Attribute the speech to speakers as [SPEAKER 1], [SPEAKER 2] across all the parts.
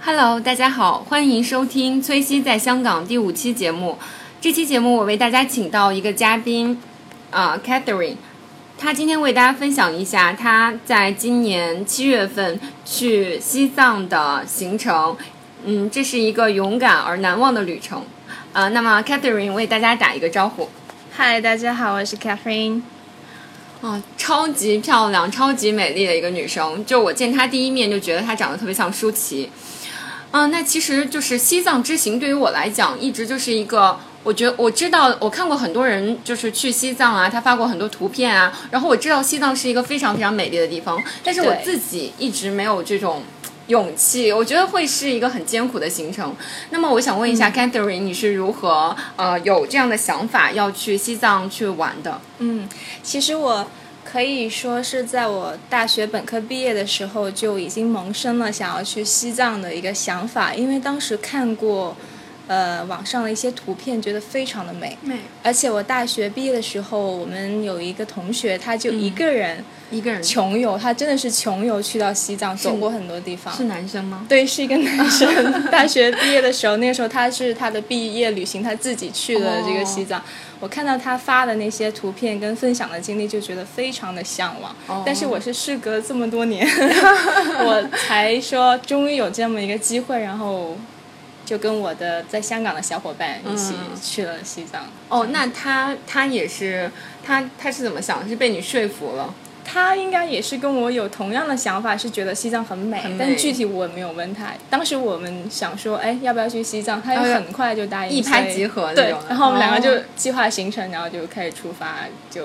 [SPEAKER 1] Hello，大家好，欢迎收听《崔西在香港》第五期节目。这期节目我为大家请到一个嘉宾，啊、c a t h e r i n e 她今天为大家分享一下她在今年七月份去西藏的行程。嗯，这是一个勇敢而难忘的旅程。啊、那么 Catherine 为大家打一个招呼。
[SPEAKER 2] 嗨，大家好，我是 Catherine。
[SPEAKER 1] 啊，超级漂亮、超级美丽的一个女生。就我见她第一面就觉得她长得特别像舒淇。嗯、那其实就是西藏之行对于我来讲，一直就是一个。我觉我知道，我看过很多人就是去西藏啊，他发过很多图片啊，然后我知道西藏是一个非常非常美丽的地方，但是我
[SPEAKER 2] 对
[SPEAKER 1] 自己一直没有这种勇气，我觉得会是一个很艰苦的行程。那么我想问一下、Catherine，你是如何呃有这样的想法要去西藏去玩的？
[SPEAKER 2] 其实我可以说是在我大学本科毕业的时候就已经萌生了想要去西藏的一个想法，因为当时看过。呃，网上的一些图片觉得非常的美，
[SPEAKER 1] 美，
[SPEAKER 2] 而且我大学毕业的时候，我们有一个同学，他就一个人
[SPEAKER 1] 一个人
[SPEAKER 2] 穷游，他真的是穷游去到西藏，走过很多地方
[SPEAKER 1] 是。男生吗？
[SPEAKER 2] 对，是一个男生。大学毕业的时候，那个时候他是他的毕业旅行，他自己去的这个西藏。我看到他发的那些图片跟分享的经历，就觉得非常的向往。但是我是事隔这么多年，我才说终于有这么一个机会，然后就跟我的在香港的小伙伴一起
[SPEAKER 1] 嗯
[SPEAKER 2] 去了西藏。
[SPEAKER 1] 哦，那他他也是他他是怎么想？是被你说服了？
[SPEAKER 2] 他应该也是跟我有同样的想法，是觉得西藏很美，
[SPEAKER 1] 美
[SPEAKER 2] 但具体我没有问他。当时我们想说，哎，要不要去西藏？他又
[SPEAKER 1] 哎
[SPEAKER 2] 很快就答应，
[SPEAKER 1] 一拍
[SPEAKER 2] 所以
[SPEAKER 1] 即合那
[SPEAKER 2] 对
[SPEAKER 1] 种的，
[SPEAKER 2] 然后我们两个就
[SPEAKER 1] 哦
[SPEAKER 2] 计划行程，然后就开始出发，就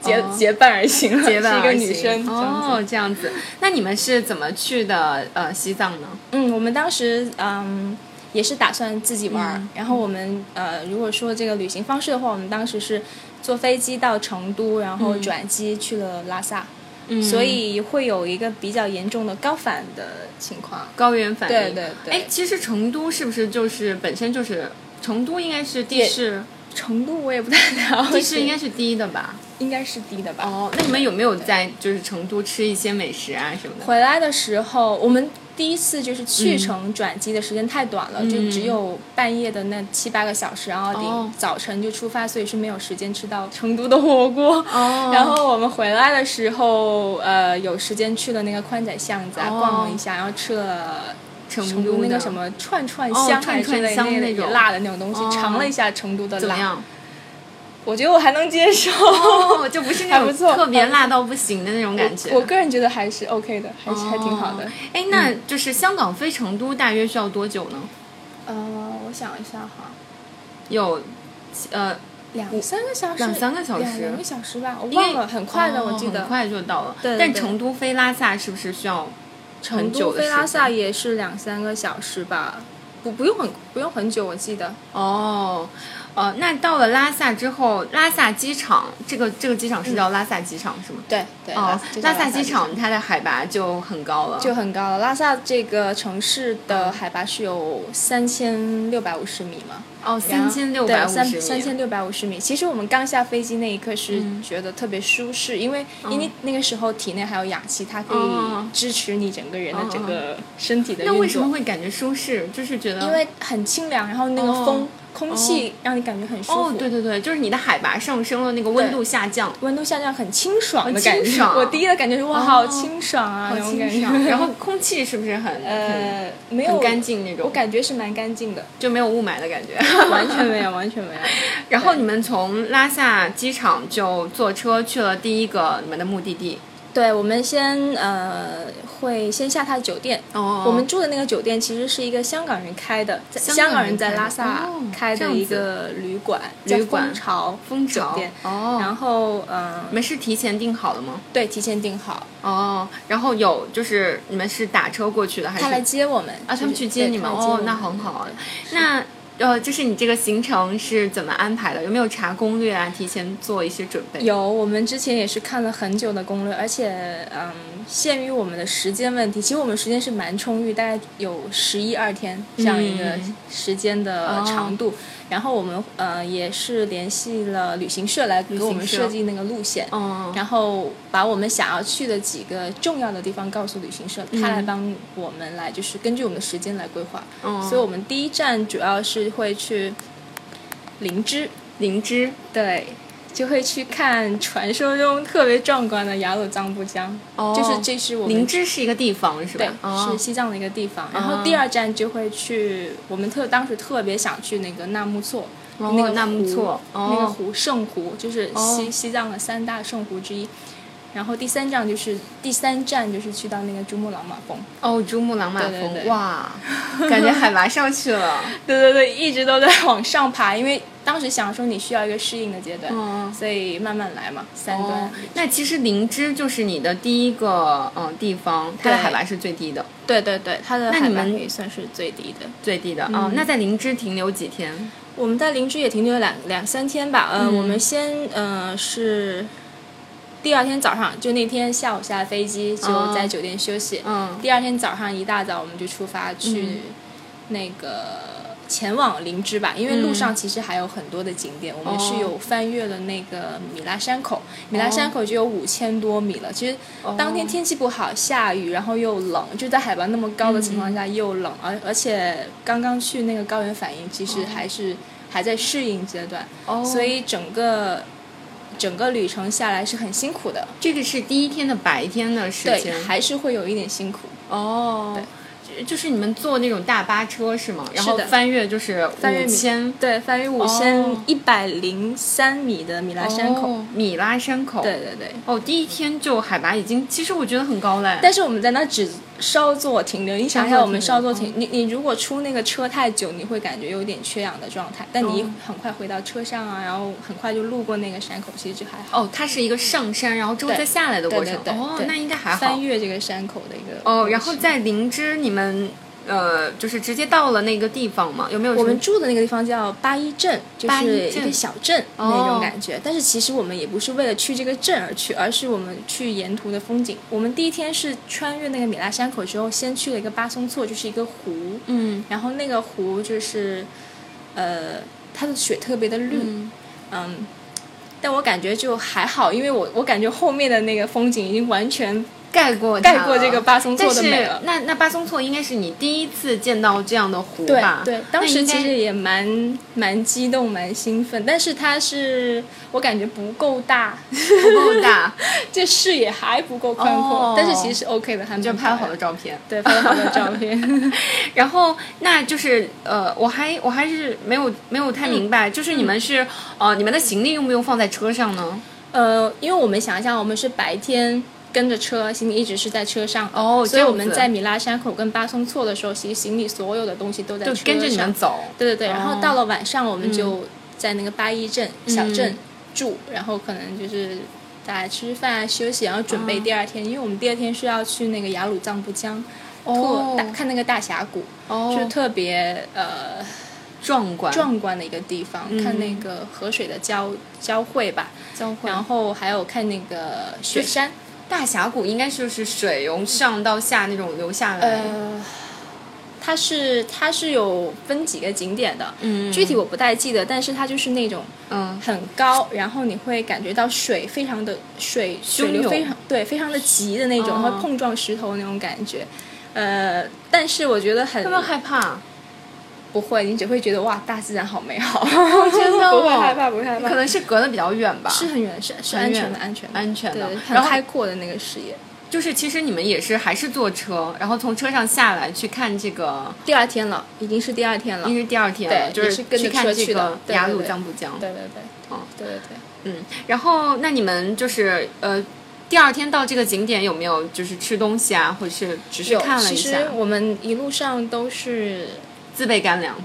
[SPEAKER 2] 结、
[SPEAKER 1] 哦
[SPEAKER 2] 结伴而行了。
[SPEAKER 1] 结伴
[SPEAKER 2] 是一个
[SPEAKER 1] 而
[SPEAKER 2] 女
[SPEAKER 1] 行
[SPEAKER 2] 生，这样子
[SPEAKER 1] 哦，这样子。那你们是怎么去的？呃，西藏呢？
[SPEAKER 2] 嗯，我们当时嗯也是打算自己玩儿，
[SPEAKER 1] 嗯
[SPEAKER 2] 然后我们呃如果说这个旅行方式的话，我们当时是坐飞机到成都，然
[SPEAKER 1] 嗯
[SPEAKER 2] 后转机去了拉萨，所以会有一个比较严重的高反的情况。
[SPEAKER 1] 高原反应。
[SPEAKER 2] 对对对
[SPEAKER 1] 哎，其实成都是不是就是本身就是成都应该是地势，
[SPEAKER 2] 成都我也不太了 解，
[SPEAKER 1] 地势应该是低的吧？
[SPEAKER 2] 应该是低的吧。
[SPEAKER 1] 哦，那你们有没有在就是成都吃一些美食啊什么的？
[SPEAKER 2] 回来的时候，我们第一次就是去
[SPEAKER 1] 嗯
[SPEAKER 2] 程转机的时间太短了，就只有半夜的那七八个小时，然后
[SPEAKER 1] 哦
[SPEAKER 2] 得早晨就出发，所以是没有时间吃到成都的火锅。
[SPEAKER 1] 哦
[SPEAKER 2] 然后我们回来的时候，呃，有时间去了那个宽窄巷子啊，
[SPEAKER 1] 哦
[SPEAKER 2] 逛了一下，然后吃了。
[SPEAKER 1] 成
[SPEAKER 2] 成都
[SPEAKER 1] 的
[SPEAKER 2] 那个什么串串
[SPEAKER 1] 哦
[SPEAKER 2] 香
[SPEAKER 1] 串
[SPEAKER 2] 还是之类
[SPEAKER 1] 串香
[SPEAKER 2] 那
[SPEAKER 1] 那种
[SPEAKER 2] 辣的那种东西，
[SPEAKER 1] 哦
[SPEAKER 2] 尝了一下成都的
[SPEAKER 1] 怎么
[SPEAKER 2] 辣，
[SPEAKER 1] 样？
[SPEAKER 2] 我觉得我还能接受。
[SPEAKER 1] 哦，就不是那
[SPEAKER 2] 还
[SPEAKER 1] 种
[SPEAKER 2] 不错
[SPEAKER 1] 特别辣到不行的那种感觉。
[SPEAKER 2] 我个人觉得还是 OK 的，还是还挺好的
[SPEAKER 1] 哦。哎，那
[SPEAKER 2] 嗯
[SPEAKER 1] 就是香港飞成都大约需要多久呢？
[SPEAKER 2] 呃，我想一下哈，
[SPEAKER 1] 有，呃，
[SPEAKER 2] 两三个小时，
[SPEAKER 1] 两三个小时
[SPEAKER 2] 两两个小时吧，我
[SPEAKER 1] 因为
[SPEAKER 2] 忘了，很快的，
[SPEAKER 1] 哦
[SPEAKER 2] 我记得。
[SPEAKER 1] 很快就到了。
[SPEAKER 2] 对对
[SPEAKER 1] 但
[SPEAKER 2] 对
[SPEAKER 1] 成都飞拉萨是不是需要很
[SPEAKER 2] 成
[SPEAKER 1] 久
[SPEAKER 2] 都
[SPEAKER 1] 的时
[SPEAKER 2] 飞
[SPEAKER 1] 间？
[SPEAKER 2] 拉萨也是两三个小时吧，不不用很不用很久，我记得。
[SPEAKER 1] 哦，呃，那到了拉萨之后，拉萨机场这个这个机场是叫拉萨机场、是吗？
[SPEAKER 2] 嗯对对，
[SPEAKER 1] 哦，
[SPEAKER 2] 拉
[SPEAKER 1] 拉萨机场它的海拔就很高了，
[SPEAKER 2] 就很高了。拉萨这个城市的海拔是有三千六百五十米嘛，
[SPEAKER 1] 哦三千六百
[SPEAKER 2] 对
[SPEAKER 1] 五十
[SPEAKER 2] 三
[SPEAKER 1] 米，
[SPEAKER 2] 三千六百五十米。其实我们刚下飞机那一刻是
[SPEAKER 1] 嗯
[SPEAKER 2] 觉得特别舒适，因为因为那个时候体内还有氧气，它可
[SPEAKER 1] 哦
[SPEAKER 2] 以支持你整个人的整个身体的
[SPEAKER 1] 嗯
[SPEAKER 2] 运
[SPEAKER 1] 那
[SPEAKER 2] 作。
[SPEAKER 1] 为什么会感觉舒适？就是觉得
[SPEAKER 2] 因为很清凉，然后那个
[SPEAKER 1] 哦
[SPEAKER 2] 风、空气让你感觉很舒服。
[SPEAKER 1] 哦，对对对，就是你的海拔上升了，那个温
[SPEAKER 2] 对
[SPEAKER 1] 度下降，
[SPEAKER 2] 温度下降很清爽的感
[SPEAKER 1] 很清
[SPEAKER 2] 觉，
[SPEAKER 1] 爽
[SPEAKER 2] 我第一的感觉是哇，
[SPEAKER 1] 哦
[SPEAKER 2] 好清爽啊，
[SPEAKER 1] 好
[SPEAKER 2] 那种
[SPEAKER 1] 清
[SPEAKER 2] 感觉。
[SPEAKER 1] 爽。然后空气是不是很很
[SPEAKER 2] 呃，没有
[SPEAKER 1] 很干，净那
[SPEAKER 2] 我
[SPEAKER 1] 种，
[SPEAKER 2] 感觉是蛮 干净的，
[SPEAKER 1] 就没有雾霾的 感觉？
[SPEAKER 2] 完全没有，完全没 有。
[SPEAKER 1] 然后你们从拉萨机场就坐车去了第一个你们的目的地。
[SPEAKER 2] 对，我们先呃会先下他的酒店。
[SPEAKER 1] 哦
[SPEAKER 2] 我们住的那个酒店其实是一个香港人开的，在香
[SPEAKER 1] 港
[SPEAKER 2] 港
[SPEAKER 1] 人
[SPEAKER 2] 人
[SPEAKER 1] 开
[SPEAKER 2] 在
[SPEAKER 1] 的
[SPEAKER 2] 拉萨
[SPEAKER 1] 哦
[SPEAKER 2] 开
[SPEAKER 1] 这
[SPEAKER 2] 的
[SPEAKER 1] 样
[SPEAKER 2] 一
[SPEAKER 1] 子
[SPEAKER 2] 个旅馆，
[SPEAKER 1] 旅
[SPEAKER 2] 叫
[SPEAKER 1] 馆
[SPEAKER 2] 蜂巢
[SPEAKER 1] 蜂巢
[SPEAKER 2] 酒店。
[SPEAKER 1] 哦
[SPEAKER 2] 然后嗯、
[SPEAKER 1] 你们是提前订好了吗？
[SPEAKER 2] 对，提前订好，
[SPEAKER 1] 哦，然后有就是你们是打车过去的还是？
[SPEAKER 2] 他来接我们
[SPEAKER 1] 哦啊，他们去接你们哦，那很好啊。那呃，就是你这个行程是怎么安排的？有没有查攻略啊？提前做一些准备？
[SPEAKER 2] 有，哦我们之前也是看了很久的攻略，而且嗯，限于我们的时间问题，其实我们时间是蛮充裕，大概有十一二天这样一个
[SPEAKER 1] 嗯
[SPEAKER 2] 时间的长度。然后我们呃也是联系了旅行社来给我们
[SPEAKER 1] 旅行社
[SPEAKER 2] 设计那个路线，
[SPEAKER 1] 嗯，
[SPEAKER 2] 然后把我们想要去的几个重要的地方告诉旅行社，他来帮我们来就是根据我们的时间来规划。
[SPEAKER 1] 嗯
[SPEAKER 2] 所以我们第一站主要是会去灵芝，
[SPEAKER 1] 灵芝，
[SPEAKER 2] 对，就会去看传说中特别壮观的雅鲁藏布江，
[SPEAKER 1] 哦
[SPEAKER 2] 就是这是我们
[SPEAKER 1] 灵芝是一个地方是吧？
[SPEAKER 2] 对、
[SPEAKER 1] 哦
[SPEAKER 2] 是西藏的一个地方。然后第二站就会去，我们特当时特别想去那个纳木错。
[SPEAKER 1] 哦
[SPEAKER 2] 那个
[SPEAKER 1] 纳木
[SPEAKER 2] 湖
[SPEAKER 1] 错哦
[SPEAKER 2] 那个湖圣湖就是西、
[SPEAKER 1] 哦
[SPEAKER 2] 西藏的三大圣湖之一。然后第三站就是第三站就是去到那个珠穆朗玛峰，
[SPEAKER 1] 哦，珠穆朗玛峰，
[SPEAKER 2] 对对对
[SPEAKER 1] 哇，感觉海拔上去 了，
[SPEAKER 2] 对对对，一直都在往上爬，因为当时想说你需要一个适应的阶段，
[SPEAKER 1] 嗯
[SPEAKER 2] 所以慢慢来嘛，三段。
[SPEAKER 1] 哦，那其实灵芝就是你的第一个嗯、呃地方，它的
[SPEAKER 2] 对
[SPEAKER 1] 海拔是最低的，
[SPEAKER 2] 对对对，它的
[SPEAKER 1] 那
[SPEAKER 2] 海
[SPEAKER 1] 你
[SPEAKER 2] 拔
[SPEAKER 1] 们
[SPEAKER 2] 也算是最低的。
[SPEAKER 1] 最低的啊、
[SPEAKER 2] 嗯
[SPEAKER 1] 哦那在灵芝停留几天？
[SPEAKER 2] 我们在灵芝也停留了两两三天吧，呃，我们先呃是第二天早上，就那天下午下飞机就在酒店休息，
[SPEAKER 1] 嗯
[SPEAKER 2] 第二天早上一大早我们就出发去那个前往灵芝吧，因为路上其实还有很多的景点，我们是有翻越了那个米拉山口，米拉山口就有五千多米了。其实当天天气不好，下雨，然后又冷，就在海拔那么高的情况下又冷，而、而且刚刚去那个高原反应，其实还是、还在适应阶段，
[SPEAKER 1] 哦
[SPEAKER 2] 所以整个。整个旅程下来是很辛苦的，
[SPEAKER 1] 这个是第一天的白天的时
[SPEAKER 2] 对，
[SPEAKER 1] 间，
[SPEAKER 2] 还是会有一点辛苦。
[SPEAKER 1] 哦。就就是你们坐那种大巴车是吗？然后
[SPEAKER 2] 是的
[SPEAKER 1] 翻越就是
[SPEAKER 2] 翻越
[SPEAKER 1] 五
[SPEAKER 2] 米
[SPEAKER 1] 千
[SPEAKER 2] 对，翻越五千一百零三米的米拉山口。
[SPEAKER 1] 哦米拉山口。
[SPEAKER 2] 对对对。
[SPEAKER 1] 哦，第一天就海拔已经，其实我觉得很高嘞。
[SPEAKER 2] 但是我们在那只稍作停留，你想一
[SPEAKER 1] 稍
[SPEAKER 2] 下，
[SPEAKER 1] 作
[SPEAKER 2] 我们
[SPEAKER 1] 停留
[SPEAKER 2] 稍作停，你你如果出那个车太久，你会感觉有点缺氧的状态，但你一
[SPEAKER 1] 哦
[SPEAKER 2] 很快回到车上啊，然后很快就路过那个山口，其实就还好。
[SPEAKER 1] 哦，它是一个上山，然后之后
[SPEAKER 2] 对
[SPEAKER 1] 再下来的过程。
[SPEAKER 2] 对对对
[SPEAKER 1] 哦
[SPEAKER 2] 对，
[SPEAKER 1] 那应该还好。
[SPEAKER 2] 翻越这个山口的一个
[SPEAKER 1] 哦，然后在灵芝，你们呃，就是直接到了那个地方吗？有没有什
[SPEAKER 2] 我
[SPEAKER 1] 么
[SPEAKER 2] 们住的那个地方叫八一镇，就
[SPEAKER 1] 八
[SPEAKER 2] 是
[SPEAKER 1] 一
[SPEAKER 2] 一
[SPEAKER 1] 镇
[SPEAKER 2] 个小镇那
[SPEAKER 1] 哦
[SPEAKER 2] 种感觉。但是其实我们也不是为了去这个镇而去，而是我们去沿途的风景。我们第一天是穿越那个米拉山口之后，先去了一个巴松措，就是一个湖，
[SPEAKER 1] 嗯
[SPEAKER 2] 然后那个湖就是，呃，它的水特别的绿，嗯。但我感觉就还好，因为我我感觉后面的那个风景已经完全
[SPEAKER 1] 盖过它
[SPEAKER 2] 盖过这个
[SPEAKER 1] 了
[SPEAKER 2] 巴松
[SPEAKER 1] 但
[SPEAKER 2] 措的
[SPEAKER 1] 是
[SPEAKER 2] 美了。
[SPEAKER 1] 那那巴松措应该是你第一次见到这样的湖
[SPEAKER 2] 对
[SPEAKER 1] 吧？
[SPEAKER 2] 对，当
[SPEAKER 1] 那
[SPEAKER 2] 时
[SPEAKER 1] 应该
[SPEAKER 2] 其实也蛮蛮激动、蛮兴奋，但是它是我感觉不够大，
[SPEAKER 1] 不 够大，
[SPEAKER 2] 这视野还不够宽阔，
[SPEAKER 1] 哦
[SPEAKER 2] 但是其实是 OK 的，还蛮
[SPEAKER 1] 就
[SPEAKER 2] 漂
[SPEAKER 1] 拍好
[SPEAKER 2] 亮
[SPEAKER 1] 了
[SPEAKER 2] 的
[SPEAKER 1] 照片。
[SPEAKER 2] 对，拍了好多 照片。
[SPEAKER 1] 然后那就是呃，我还我还是没有没有太明白，就是你们是呃，你们的行李用不用放在车上呢？
[SPEAKER 2] 呃，因为我们想一下，我们是白天。跟着车，行李一直是在车上
[SPEAKER 1] 哦
[SPEAKER 2] 所以
[SPEAKER 1] 这样
[SPEAKER 2] 我们
[SPEAKER 1] 子
[SPEAKER 2] 在米拉山口跟巴松措的时候，其实行李所有的东西都在车
[SPEAKER 1] 就
[SPEAKER 2] 上，
[SPEAKER 1] 跟着你们走。
[SPEAKER 2] 对对对，然后
[SPEAKER 1] 哦嗯
[SPEAKER 2] 到了晚上，我们就在那个八一镇、小镇住，然后可能就是大家吃饭啊、休息，然后准备第二天，因为我们第二天是要去那个雅鲁藏布江，
[SPEAKER 1] 哦
[SPEAKER 2] 特大看那个大峡谷，
[SPEAKER 1] 哦
[SPEAKER 2] 就是特别呃
[SPEAKER 1] 壮观，
[SPEAKER 2] 壮观的一个地方，看
[SPEAKER 1] 嗯
[SPEAKER 2] 那个河水的交交汇吧，
[SPEAKER 1] 交汇
[SPEAKER 2] 然后还有看那个雪山，
[SPEAKER 1] 大峡谷应该就是水由上到下那种流下来。
[SPEAKER 2] 呃，它是它是有分几个景点的，嗯，具体我不太记得，但是它就是那种
[SPEAKER 1] 嗯，
[SPEAKER 2] 很高，然后你会感觉到水非常的水水
[SPEAKER 1] 汹
[SPEAKER 2] 流
[SPEAKER 1] 涌
[SPEAKER 2] 非常对非常的急的那
[SPEAKER 1] 哦
[SPEAKER 2] 种，会碰撞石头那种感觉。呃，但是我觉得很
[SPEAKER 1] 会不会害怕？
[SPEAKER 2] 不会，你只会觉得哇，大自然好美好，
[SPEAKER 1] 真的哦
[SPEAKER 2] 不会害怕，不会害怕，
[SPEAKER 1] 可能是隔得比较远吧。
[SPEAKER 2] 是很远，是是
[SPEAKER 1] 很
[SPEAKER 2] 安全
[SPEAKER 1] 远
[SPEAKER 2] 的，安全的，
[SPEAKER 1] 安全的
[SPEAKER 2] 对，
[SPEAKER 1] 然
[SPEAKER 2] 很
[SPEAKER 1] 后
[SPEAKER 2] 开阔的那个视野。
[SPEAKER 1] 就是其实你们也是还是坐车，然后从车上下来去看这个，
[SPEAKER 2] 第二天了，已经是第二天了，
[SPEAKER 1] 因
[SPEAKER 2] 对
[SPEAKER 1] 为第二天了，
[SPEAKER 2] 对
[SPEAKER 1] 就
[SPEAKER 2] 也是跟着
[SPEAKER 1] 去看
[SPEAKER 2] 车
[SPEAKER 1] 这
[SPEAKER 2] 去
[SPEAKER 1] 个
[SPEAKER 2] 的对
[SPEAKER 1] 雅
[SPEAKER 2] 对
[SPEAKER 1] 鲁
[SPEAKER 2] 对
[SPEAKER 1] 藏布江。
[SPEAKER 2] 对对，
[SPEAKER 1] 哦
[SPEAKER 2] 对对对。
[SPEAKER 1] 嗯，然后那你们就是呃，第二天到这个景点有没有就是吃东西啊，或者是只是
[SPEAKER 2] 有
[SPEAKER 1] 看了一
[SPEAKER 2] 其实
[SPEAKER 1] 下，
[SPEAKER 2] 我们一路上都是，
[SPEAKER 1] 自备干粮？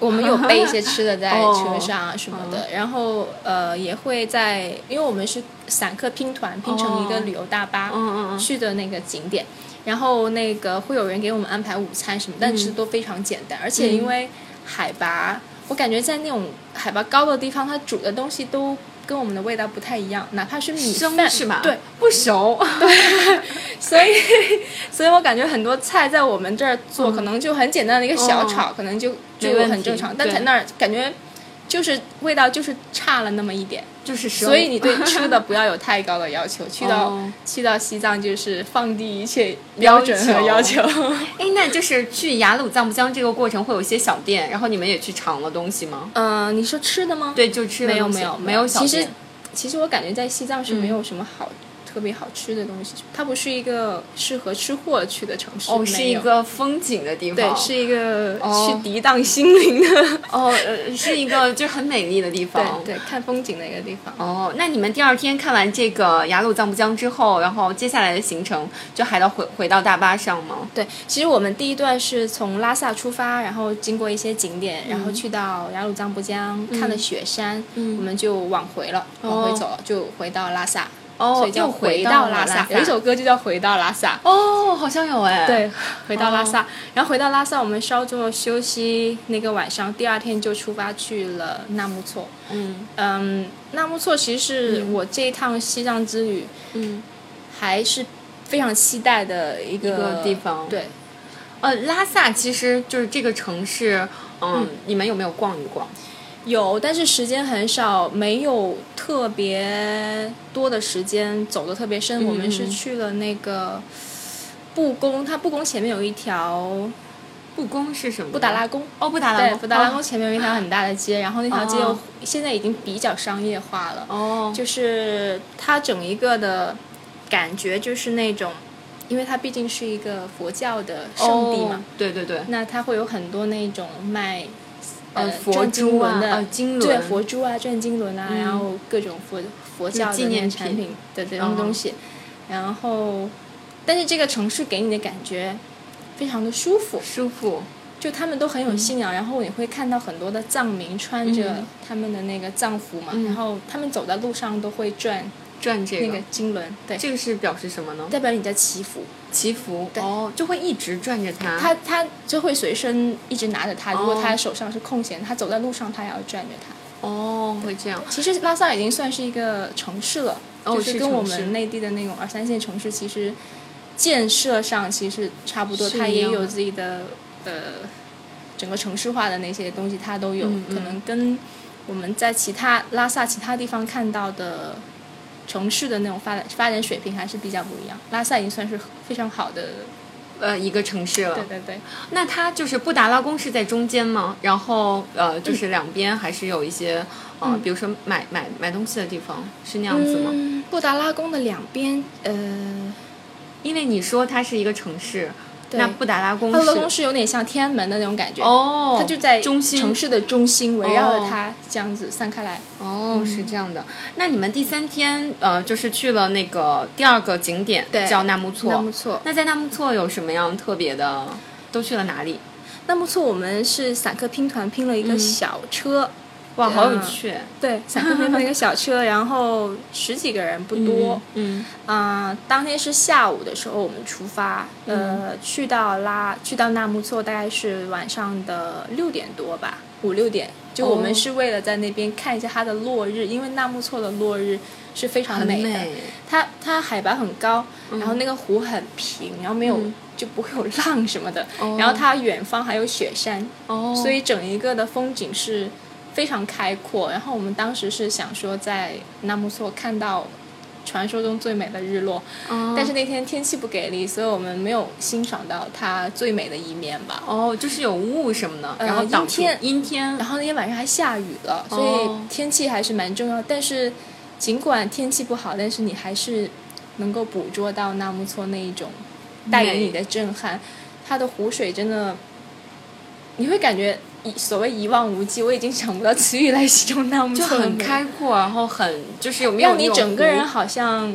[SPEAKER 2] 我们有备一些吃的在
[SPEAKER 1] 哦嗯
[SPEAKER 2] 车上啊什么的，然后呃也会在，因为我们是散客拼团拼成一个
[SPEAKER 1] 哦
[SPEAKER 2] 旅游大巴、
[SPEAKER 1] 嗯嗯嗯。
[SPEAKER 2] 去的那个景点，然后
[SPEAKER 1] 嗯
[SPEAKER 2] 那个会有人给我们安排午餐什么，但其实都非常简单，而且因为海拔。我感觉在那种海拔高的地方，它煮的东西都跟我们的味道不太一样，哪怕是米
[SPEAKER 1] 生
[SPEAKER 2] 饭
[SPEAKER 1] 是吧？
[SPEAKER 2] 对，，
[SPEAKER 1] 不熟。
[SPEAKER 2] 所以 所以我感觉很多菜在我们这儿做，
[SPEAKER 1] 嗯
[SPEAKER 2] 可能就很简单的一个小炒，可能就
[SPEAKER 1] 哦没
[SPEAKER 2] 就
[SPEAKER 1] 问
[SPEAKER 2] 很正
[SPEAKER 1] 题
[SPEAKER 2] 常，但
[SPEAKER 1] 对
[SPEAKER 2] 在那儿感觉就是味道就是差了那么一点。
[SPEAKER 1] 就是熟。
[SPEAKER 2] 所以你对吃的不要有太高的要求，去到、
[SPEAKER 1] 哦
[SPEAKER 2] 去到西藏就是放低一切标准和要求。
[SPEAKER 1] 哎，那就是去雅鲁藏布江这个过程会有一些小店，然后你们也去尝了东西吗？
[SPEAKER 2] 嗯、你说吃的吗？，
[SPEAKER 1] 对，就吃的
[SPEAKER 2] 没有
[SPEAKER 1] 东西
[SPEAKER 2] 没有
[SPEAKER 1] 没有小
[SPEAKER 2] 其
[SPEAKER 1] 店。嗯
[SPEAKER 2] 实其实我感觉在西藏是没有什么好、特别好吃的东西，它不是一个适合吃货去的城市。
[SPEAKER 1] 哦，
[SPEAKER 2] 没
[SPEAKER 1] 是一
[SPEAKER 2] 有
[SPEAKER 1] 个风景的地方，
[SPEAKER 2] 对，是一个
[SPEAKER 1] 哦
[SPEAKER 2] 去涤荡心灵的，
[SPEAKER 1] 哦，呃是一个就是很美丽的地方。
[SPEAKER 2] 对对，看风景的一个地方。
[SPEAKER 1] 哦，那你们第二天看完这个雅鲁藏布江之后，然后接下来的行程就还到回回到大巴上吗？
[SPEAKER 2] 对，其实我们第一段是从拉萨出发，然后经过一些景点，然后去到雅鲁藏布江，看了雪山，我们就往回了，往回走了，就回到拉萨，所以叫
[SPEAKER 1] 又回
[SPEAKER 2] 哦回到
[SPEAKER 1] 拉
[SPEAKER 2] 拉有一首歌就叫《回到拉萨》。
[SPEAKER 1] 哦，好像有哎。，
[SPEAKER 2] 对，回到拉
[SPEAKER 1] 哦
[SPEAKER 2] 萨，然后回到拉萨，我们稍作休息那个晚上，第二天就出发去了纳木错。
[SPEAKER 1] 嗯
[SPEAKER 2] 嗯，纳木错其实是我这一趟西藏之旅
[SPEAKER 1] 嗯，
[SPEAKER 2] 还是非常期待的一个
[SPEAKER 1] 一个地方
[SPEAKER 2] 对，
[SPEAKER 1] 呃，拉萨其实就是这个城市，嗯，你们有没有逛一逛？
[SPEAKER 2] 有，但是时间很少，没有特别多的时间走的特别
[SPEAKER 1] 嗯
[SPEAKER 2] 深。我们是去了那个布宫，它布宫前面有一条
[SPEAKER 1] 故宫是什么？
[SPEAKER 2] 布达拉宫。
[SPEAKER 1] 哦，布达拉
[SPEAKER 2] 对，
[SPEAKER 1] 宫，
[SPEAKER 2] 布达拉
[SPEAKER 1] 哦
[SPEAKER 2] 宫前面有一条很大的街，然后那条街
[SPEAKER 1] 哦
[SPEAKER 2] 现在已经比较商业化了，
[SPEAKER 1] 哦，
[SPEAKER 2] 就是它整一个的感觉就是那种，因为它毕竟是一个佛教的圣地嘛，
[SPEAKER 1] 哦，对对对，
[SPEAKER 2] 那它会有很多那种卖
[SPEAKER 1] 呃，佛
[SPEAKER 2] 转经
[SPEAKER 1] 珠啊
[SPEAKER 2] 轮，的
[SPEAKER 1] 呃，经
[SPEAKER 2] 对
[SPEAKER 1] 轮，嗯
[SPEAKER 2] 佛珠啊、转经轮啊，然后各种佛佛教
[SPEAKER 1] 纪
[SPEAKER 2] 的那
[SPEAKER 1] 念
[SPEAKER 2] 个
[SPEAKER 1] 品
[SPEAKER 2] 产品的这
[SPEAKER 1] 哦
[SPEAKER 2] 种东西，然后，但是这个城市给你的感觉非常的舒服，
[SPEAKER 1] 舒服，
[SPEAKER 2] 就他们都很有信仰，然后你会看到很多的藏民穿着
[SPEAKER 1] 嗯
[SPEAKER 2] 他们的那个藏服嘛，
[SPEAKER 1] 嗯
[SPEAKER 2] 然后他们走在路上都会转
[SPEAKER 1] 转这
[SPEAKER 2] 那
[SPEAKER 1] 个
[SPEAKER 2] 个，经轮，对，
[SPEAKER 1] 这个是表示什么呢？
[SPEAKER 2] 代表你在祈福，
[SPEAKER 1] 祈福，
[SPEAKER 2] 对
[SPEAKER 1] 哦，就会一直转着它，
[SPEAKER 2] 他他就会随身一直拿着它，如果
[SPEAKER 1] 嗯哦
[SPEAKER 2] 他手上是空闲，他走在路上他也要转着它。
[SPEAKER 1] 哦，会这样，
[SPEAKER 2] 其实拉萨已经算是一个城市了，
[SPEAKER 1] 哦
[SPEAKER 2] 就是
[SPEAKER 1] 是
[SPEAKER 2] 跟
[SPEAKER 1] 城
[SPEAKER 2] 我
[SPEAKER 1] 市
[SPEAKER 2] 们内地的那种二三线城市其实建设上其实差不多，
[SPEAKER 1] 是
[SPEAKER 2] 它
[SPEAKER 1] 一
[SPEAKER 2] 也
[SPEAKER 1] 样的
[SPEAKER 2] 有自己的呃整个城市化的那些东西，它都有，
[SPEAKER 1] 嗯嗯
[SPEAKER 2] 可能跟我们在其他拉萨其他地方看到的。城市的那种发展发展水平还是比较不一样，拉萨已经算是非常好的，
[SPEAKER 1] 呃，一个城市了
[SPEAKER 2] 对。对对，
[SPEAKER 1] 那它就是布达拉宫是在中间吗？然后
[SPEAKER 2] 嗯
[SPEAKER 1] 呃，就是两边还是有一些呃，比如说买买买东西的地方是那样子吗？
[SPEAKER 2] 嗯，布达拉宫的两边，呃，
[SPEAKER 1] 因为你说它是一个城市，
[SPEAKER 2] 对
[SPEAKER 1] 那布达拉宫
[SPEAKER 2] 布达拉宫
[SPEAKER 1] 是
[SPEAKER 2] 是有点像天安门的那种感觉，
[SPEAKER 1] 哦，
[SPEAKER 2] 它就在
[SPEAKER 1] 中心
[SPEAKER 2] 城市的中心，围绕
[SPEAKER 1] 哦
[SPEAKER 2] 着它这样子散开来。
[SPEAKER 1] 哦，是这样的。那你们第三天呃，就是去了那个第二个景点，
[SPEAKER 2] 对
[SPEAKER 1] 叫纳木错。
[SPEAKER 2] 纳木错，
[SPEAKER 1] 那在纳木错有什么样特别的？都去了哪里？
[SPEAKER 2] 纳木错我们是散客拼团拼了一个小车，
[SPEAKER 1] 哇，好有
[SPEAKER 2] 嗯
[SPEAKER 1] 趣，
[SPEAKER 2] 对，散客拼团一个小车，然后十几个人不多。
[SPEAKER 1] 嗯，
[SPEAKER 2] 嗯、当天是下午的时候我们出发，
[SPEAKER 1] 嗯
[SPEAKER 2] 呃，去到拉去到纳木错大概是晚上的六点多吧，五六点。就我
[SPEAKER 1] 哦
[SPEAKER 2] 们是为了在那边看一下它的落日，因为纳木错的落日是非常
[SPEAKER 1] 很
[SPEAKER 2] 美的。
[SPEAKER 1] 美，嗯
[SPEAKER 2] 它它海拔很高，然后那个湖很平，然后没有、就不会有浪什么的，
[SPEAKER 1] 哦
[SPEAKER 2] 然后它远方还有雪山，
[SPEAKER 1] 哦，
[SPEAKER 2] 所以整一个的风景是非常开阔。然后我们当时是想说在纳木错看到传说中最美的日落，
[SPEAKER 1] 嗯
[SPEAKER 2] 但是那天天气不给力，所以我们没有欣赏到它最美的一面吧。
[SPEAKER 1] 哦，就是有雾什么的，然后
[SPEAKER 2] 呃阴
[SPEAKER 1] 挡住
[SPEAKER 2] 天
[SPEAKER 1] 阴天
[SPEAKER 2] 然后那天晚上还下雨了，所
[SPEAKER 1] 哦
[SPEAKER 2] 以天气还是蛮重要。但是尽管天气不好，但是你还是能够捕捉到纳木错那一种带给你的震撼。它的湖水真的，你会感觉一所谓一望无际，我已经想不到词语来形容纳木
[SPEAKER 1] 就
[SPEAKER 2] 错了
[SPEAKER 1] 很，开阔，然后很就是有没有
[SPEAKER 2] 让
[SPEAKER 1] 那
[SPEAKER 2] 你
[SPEAKER 1] 种
[SPEAKER 2] 整个人
[SPEAKER 1] 湖
[SPEAKER 2] 好像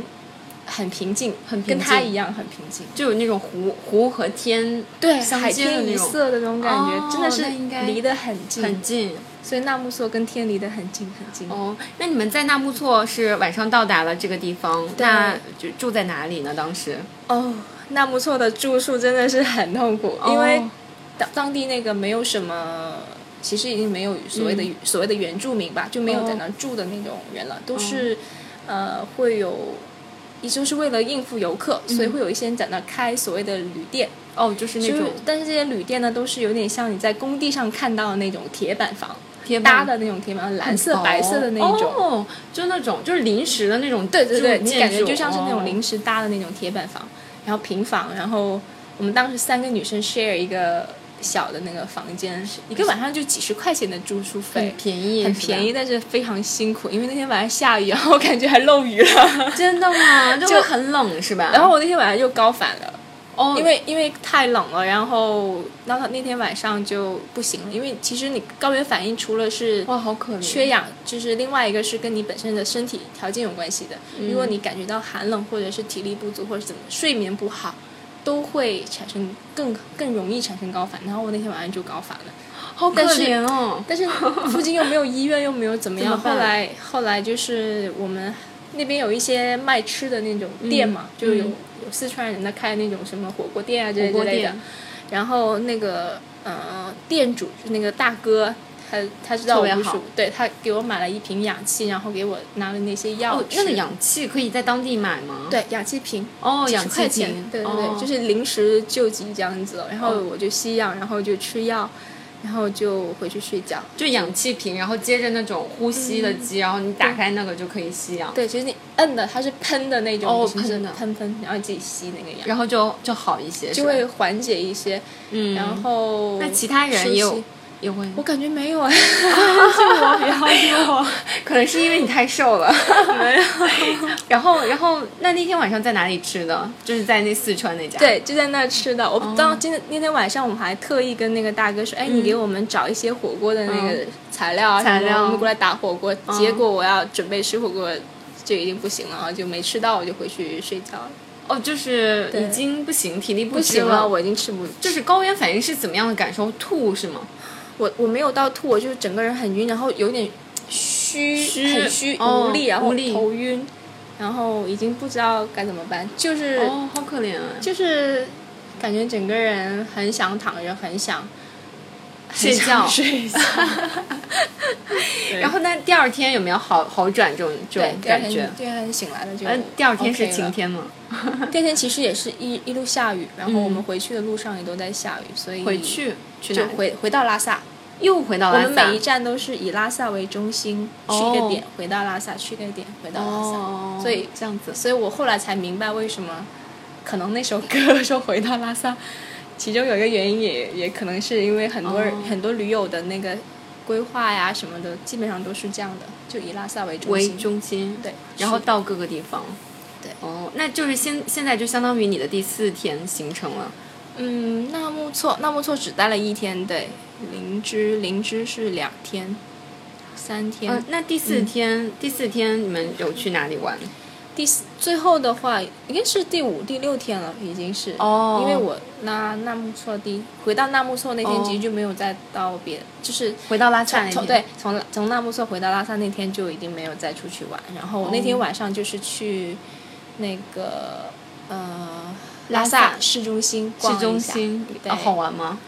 [SPEAKER 2] 很平静，
[SPEAKER 1] 很平
[SPEAKER 2] 跟它
[SPEAKER 1] 静
[SPEAKER 2] 一样很平静。
[SPEAKER 1] 就有那种湖湖和天
[SPEAKER 2] 对，
[SPEAKER 1] 相
[SPEAKER 2] 海
[SPEAKER 1] 间的
[SPEAKER 2] 天
[SPEAKER 1] 那
[SPEAKER 2] 一
[SPEAKER 1] 种
[SPEAKER 2] 色的那种感觉，真
[SPEAKER 1] 哦
[SPEAKER 2] 的是
[SPEAKER 1] 那应该
[SPEAKER 2] 离得很近，
[SPEAKER 1] 很近
[SPEAKER 2] 所以纳木错跟天离得很近很近。
[SPEAKER 1] 哦。那你们在纳木错是晚上到达了这个地方，那就住在哪里呢？当时
[SPEAKER 2] 哦，纳木错的住宿真的是很痛苦，因为
[SPEAKER 1] 哦
[SPEAKER 2] 当当地那个没有什么其实已经没有所谓的、
[SPEAKER 1] 嗯
[SPEAKER 2] 所谓的原住民吧，就没有
[SPEAKER 1] 哦
[SPEAKER 2] 在那儿住的那种人了，都是、呃会有，也就是为了应付游客，所以会有一些人在那儿开所谓的旅店。
[SPEAKER 1] 哦，就是嗯那
[SPEAKER 2] 就是
[SPEAKER 1] 种，
[SPEAKER 2] 但是这些旅店呢，都是有点像你在工地上看到的那种铁板房，
[SPEAKER 1] 贴吧
[SPEAKER 2] 搭的那种铁板房，蓝色、白色的那一种。
[SPEAKER 1] 嗯哦，就那种就是临时的那种，
[SPEAKER 2] 对对对，
[SPEAKER 1] 你
[SPEAKER 2] 你感觉就像是
[SPEAKER 1] 哦
[SPEAKER 2] 哦那种临时搭的那种铁板房，然后平房，然后我们当时三个女生 share 一个小的那个房间，一个晚上就几十块钱的住宿
[SPEAKER 1] 很
[SPEAKER 2] 费，
[SPEAKER 1] 便宜，
[SPEAKER 2] 很便 宜，但是非常辛苦，因为那天晚上下雨，然后感觉还漏雨了，
[SPEAKER 1] 是吧，真的吗？就会很冷是吧？
[SPEAKER 2] 然 后我那天晚上又高反了。
[SPEAKER 1] 哦，
[SPEAKER 2] 因为因为太冷了，然后那那天晚上就不行了，因为其实你高原反应除了是
[SPEAKER 1] 哇，好可怜，
[SPEAKER 2] 缺氧，就是另外一个是跟你本身的身体条件有关系的。
[SPEAKER 1] 嗯
[SPEAKER 2] 如果你感觉到寒冷，或者是体力不足，或者是怎么睡眠不好，都会产生更更容易产生高反。然后我那天晚上就高反了，
[SPEAKER 1] 好可
[SPEAKER 2] 但是
[SPEAKER 1] 怜哦。
[SPEAKER 2] 但是附近又没有医院，又没有怎么样。
[SPEAKER 1] 怎么办
[SPEAKER 2] 后来后来就是我们那边有一些卖吃的那种店嘛，就有、
[SPEAKER 1] 嗯
[SPEAKER 2] 有四川人的开那种什么火锅店啊之类
[SPEAKER 1] 火
[SPEAKER 2] 之
[SPEAKER 1] 锅
[SPEAKER 2] 类的
[SPEAKER 1] 店。
[SPEAKER 2] 然后那个呃店主就是那个大哥，他他知道
[SPEAKER 1] 特
[SPEAKER 2] 我
[SPEAKER 1] 别
[SPEAKER 2] 不
[SPEAKER 1] 好
[SPEAKER 2] 熟，对他给我买了一瓶氧气，然后给我拿了那些药、
[SPEAKER 1] 哦，那个。氧气可以在当地买吗？，
[SPEAKER 2] 对，氧气瓶，
[SPEAKER 1] 哦，
[SPEAKER 2] 几
[SPEAKER 1] 氧
[SPEAKER 2] 十
[SPEAKER 1] 气
[SPEAKER 2] 块
[SPEAKER 1] 瓶
[SPEAKER 2] 钱，，对对对，
[SPEAKER 1] 哦
[SPEAKER 2] 就是临时救急这样子。然后
[SPEAKER 1] 哦
[SPEAKER 2] 我就吸氧，然后就吃药，然后就回去睡觉。
[SPEAKER 1] 就氧气瓶，然后接着那种呼吸的机，然后你打开那个就可以吸氧，
[SPEAKER 2] 嗯对，就是你摁的，它是喷的那种，
[SPEAKER 1] 哦
[SPEAKER 2] 就是
[SPEAKER 1] 喷的
[SPEAKER 2] 喷喷，然后自己吸那个样，
[SPEAKER 1] 然后就就好一些，
[SPEAKER 2] 就是
[SPEAKER 1] 吧
[SPEAKER 2] 会缓解一些。
[SPEAKER 1] 嗯，
[SPEAKER 2] 然后
[SPEAKER 1] 那其他哦人
[SPEAKER 2] 舒
[SPEAKER 1] 也有
[SPEAKER 2] 淇
[SPEAKER 1] 也会，
[SPEAKER 2] 我感觉 没 有哎，
[SPEAKER 1] 我比较多， 可能是因为你太瘦了，没有。然后然后那那天晚上在哪里吃的？就是在那四川那家，，
[SPEAKER 2] 对，就在那儿吃的。
[SPEAKER 1] 哦
[SPEAKER 2] 我当今天那天晚上，我们还特意跟那个大哥说，哎，你给我们找一些火锅的那个材料啊，
[SPEAKER 1] 嗯材
[SPEAKER 2] 什么
[SPEAKER 1] 料嗯
[SPEAKER 2] 我们过来打火锅。结果我要准备吃火锅，就已经不行了，然后就没吃到，我就回去睡觉了。
[SPEAKER 1] 哦，就是
[SPEAKER 2] 对
[SPEAKER 1] 已经不行，体力不
[SPEAKER 2] 不
[SPEAKER 1] 支
[SPEAKER 2] 行了，我已经吃不
[SPEAKER 1] 就是高原反应是怎么样的感受？吐是吗？
[SPEAKER 2] 我我没有到吐，我就是整个人很晕，然后有点虚，
[SPEAKER 1] 虚
[SPEAKER 2] 很虚，
[SPEAKER 1] 哦
[SPEAKER 2] 无力，然后
[SPEAKER 1] 无力
[SPEAKER 2] 头晕，然后已经不知道该怎么办，就是、
[SPEAKER 1] 哦，好可怜啊！
[SPEAKER 2] 就是感觉整个人很想躺着，很想
[SPEAKER 1] 睡觉
[SPEAKER 2] 很想 睡觉，对
[SPEAKER 1] 然后那第二天有没有好好转这种这
[SPEAKER 2] 对
[SPEAKER 1] 种，
[SPEAKER 2] 第二
[SPEAKER 1] 感觉
[SPEAKER 2] 天？第二天醒来了就 OK
[SPEAKER 1] 呃
[SPEAKER 2] 了，，
[SPEAKER 1] 第二天是晴天吗？
[SPEAKER 2] 第二天其实也是一一路下雨，然后
[SPEAKER 1] 嗯
[SPEAKER 2] 我们回去的路上也都在下雨，所以
[SPEAKER 1] 回去去哪
[SPEAKER 2] 就
[SPEAKER 1] 里？
[SPEAKER 2] 回回到拉萨。
[SPEAKER 1] 又回到
[SPEAKER 2] 我
[SPEAKER 1] 拉
[SPEAKER 2] 们
[SPEAKER 1] 萨
[SPEAKER 2] 每一。站都是以拉萨为中心，去一
[SPEAKER 1] 哦
[SPEAKER 2] 个点，回到拉萨，去一个点，回到拉萨。
[SPEAKER 1] 哦，
[SPEAKER 2] 所以
[SPEAKER 1] 这样子，
[SPEAKER 2] 所以我后来才明白为什么，可能那首歌说回到拉萨， 其中有一个原因也也可能是因为很多人、
[SPEAKER 1] 哦
[SPEAKER 2] 很多驴友的那个规划呀什么的，基本上都是这样的，就以拉萨为中
[SPEAKER 1] 为
[SPEAKER 2] 心。
[SPEAKER 1] 中心，
[SPEAKER 2] 对，
[SPEAKER 1] 然后
[SPEAKER 2] 是
[SPEAKER 1] 到各个地方。
[SPEAKER 2] 对
[SPEAKER 1] 哦，那就是现现在就相当于你的第四天行程了。
[SPEAKER 2] 嗯，纳木错，纳木错只待了一天，对，林芝林芝是两天，三天。
[SPEAKER 1] 嗯，那第四天、第四天你们有去哪里玩？
[SPEAKER 2] 第四最后的话，应该是第五、第六天了，已经是
[SPEAKER 1] 哦
[SPEAKER 2] 因为我那纳木错第回到纳木错那天，
[SPEAKER 1] 哦
[SPEAKER 2] 其实就没有再到别，就是
[SPEAKER 1] 回到拉萨那
[SPEAKER 2] 从
[SPEAKER 1] 天，
[SPEAKER 2] 对从从纳木错回到拉萨那天就已经没有再出去玩，然后我那
[SPEAKER 1] 哦
[SPEAKER 2] 天晚上就是去那个呃
[SPEAKER 1] 拉
[SPEAKER 2] 拉
[SPEAKER 1] 萨
[SPEAKER 2] 萨市中心逛
[SPEAKER 1] 市中
[SPEAKER 2] 一下
[SPEAKER 1] 心、
[SPEAKER 2] 对
[SPEAKER 1] 啊好玩吗？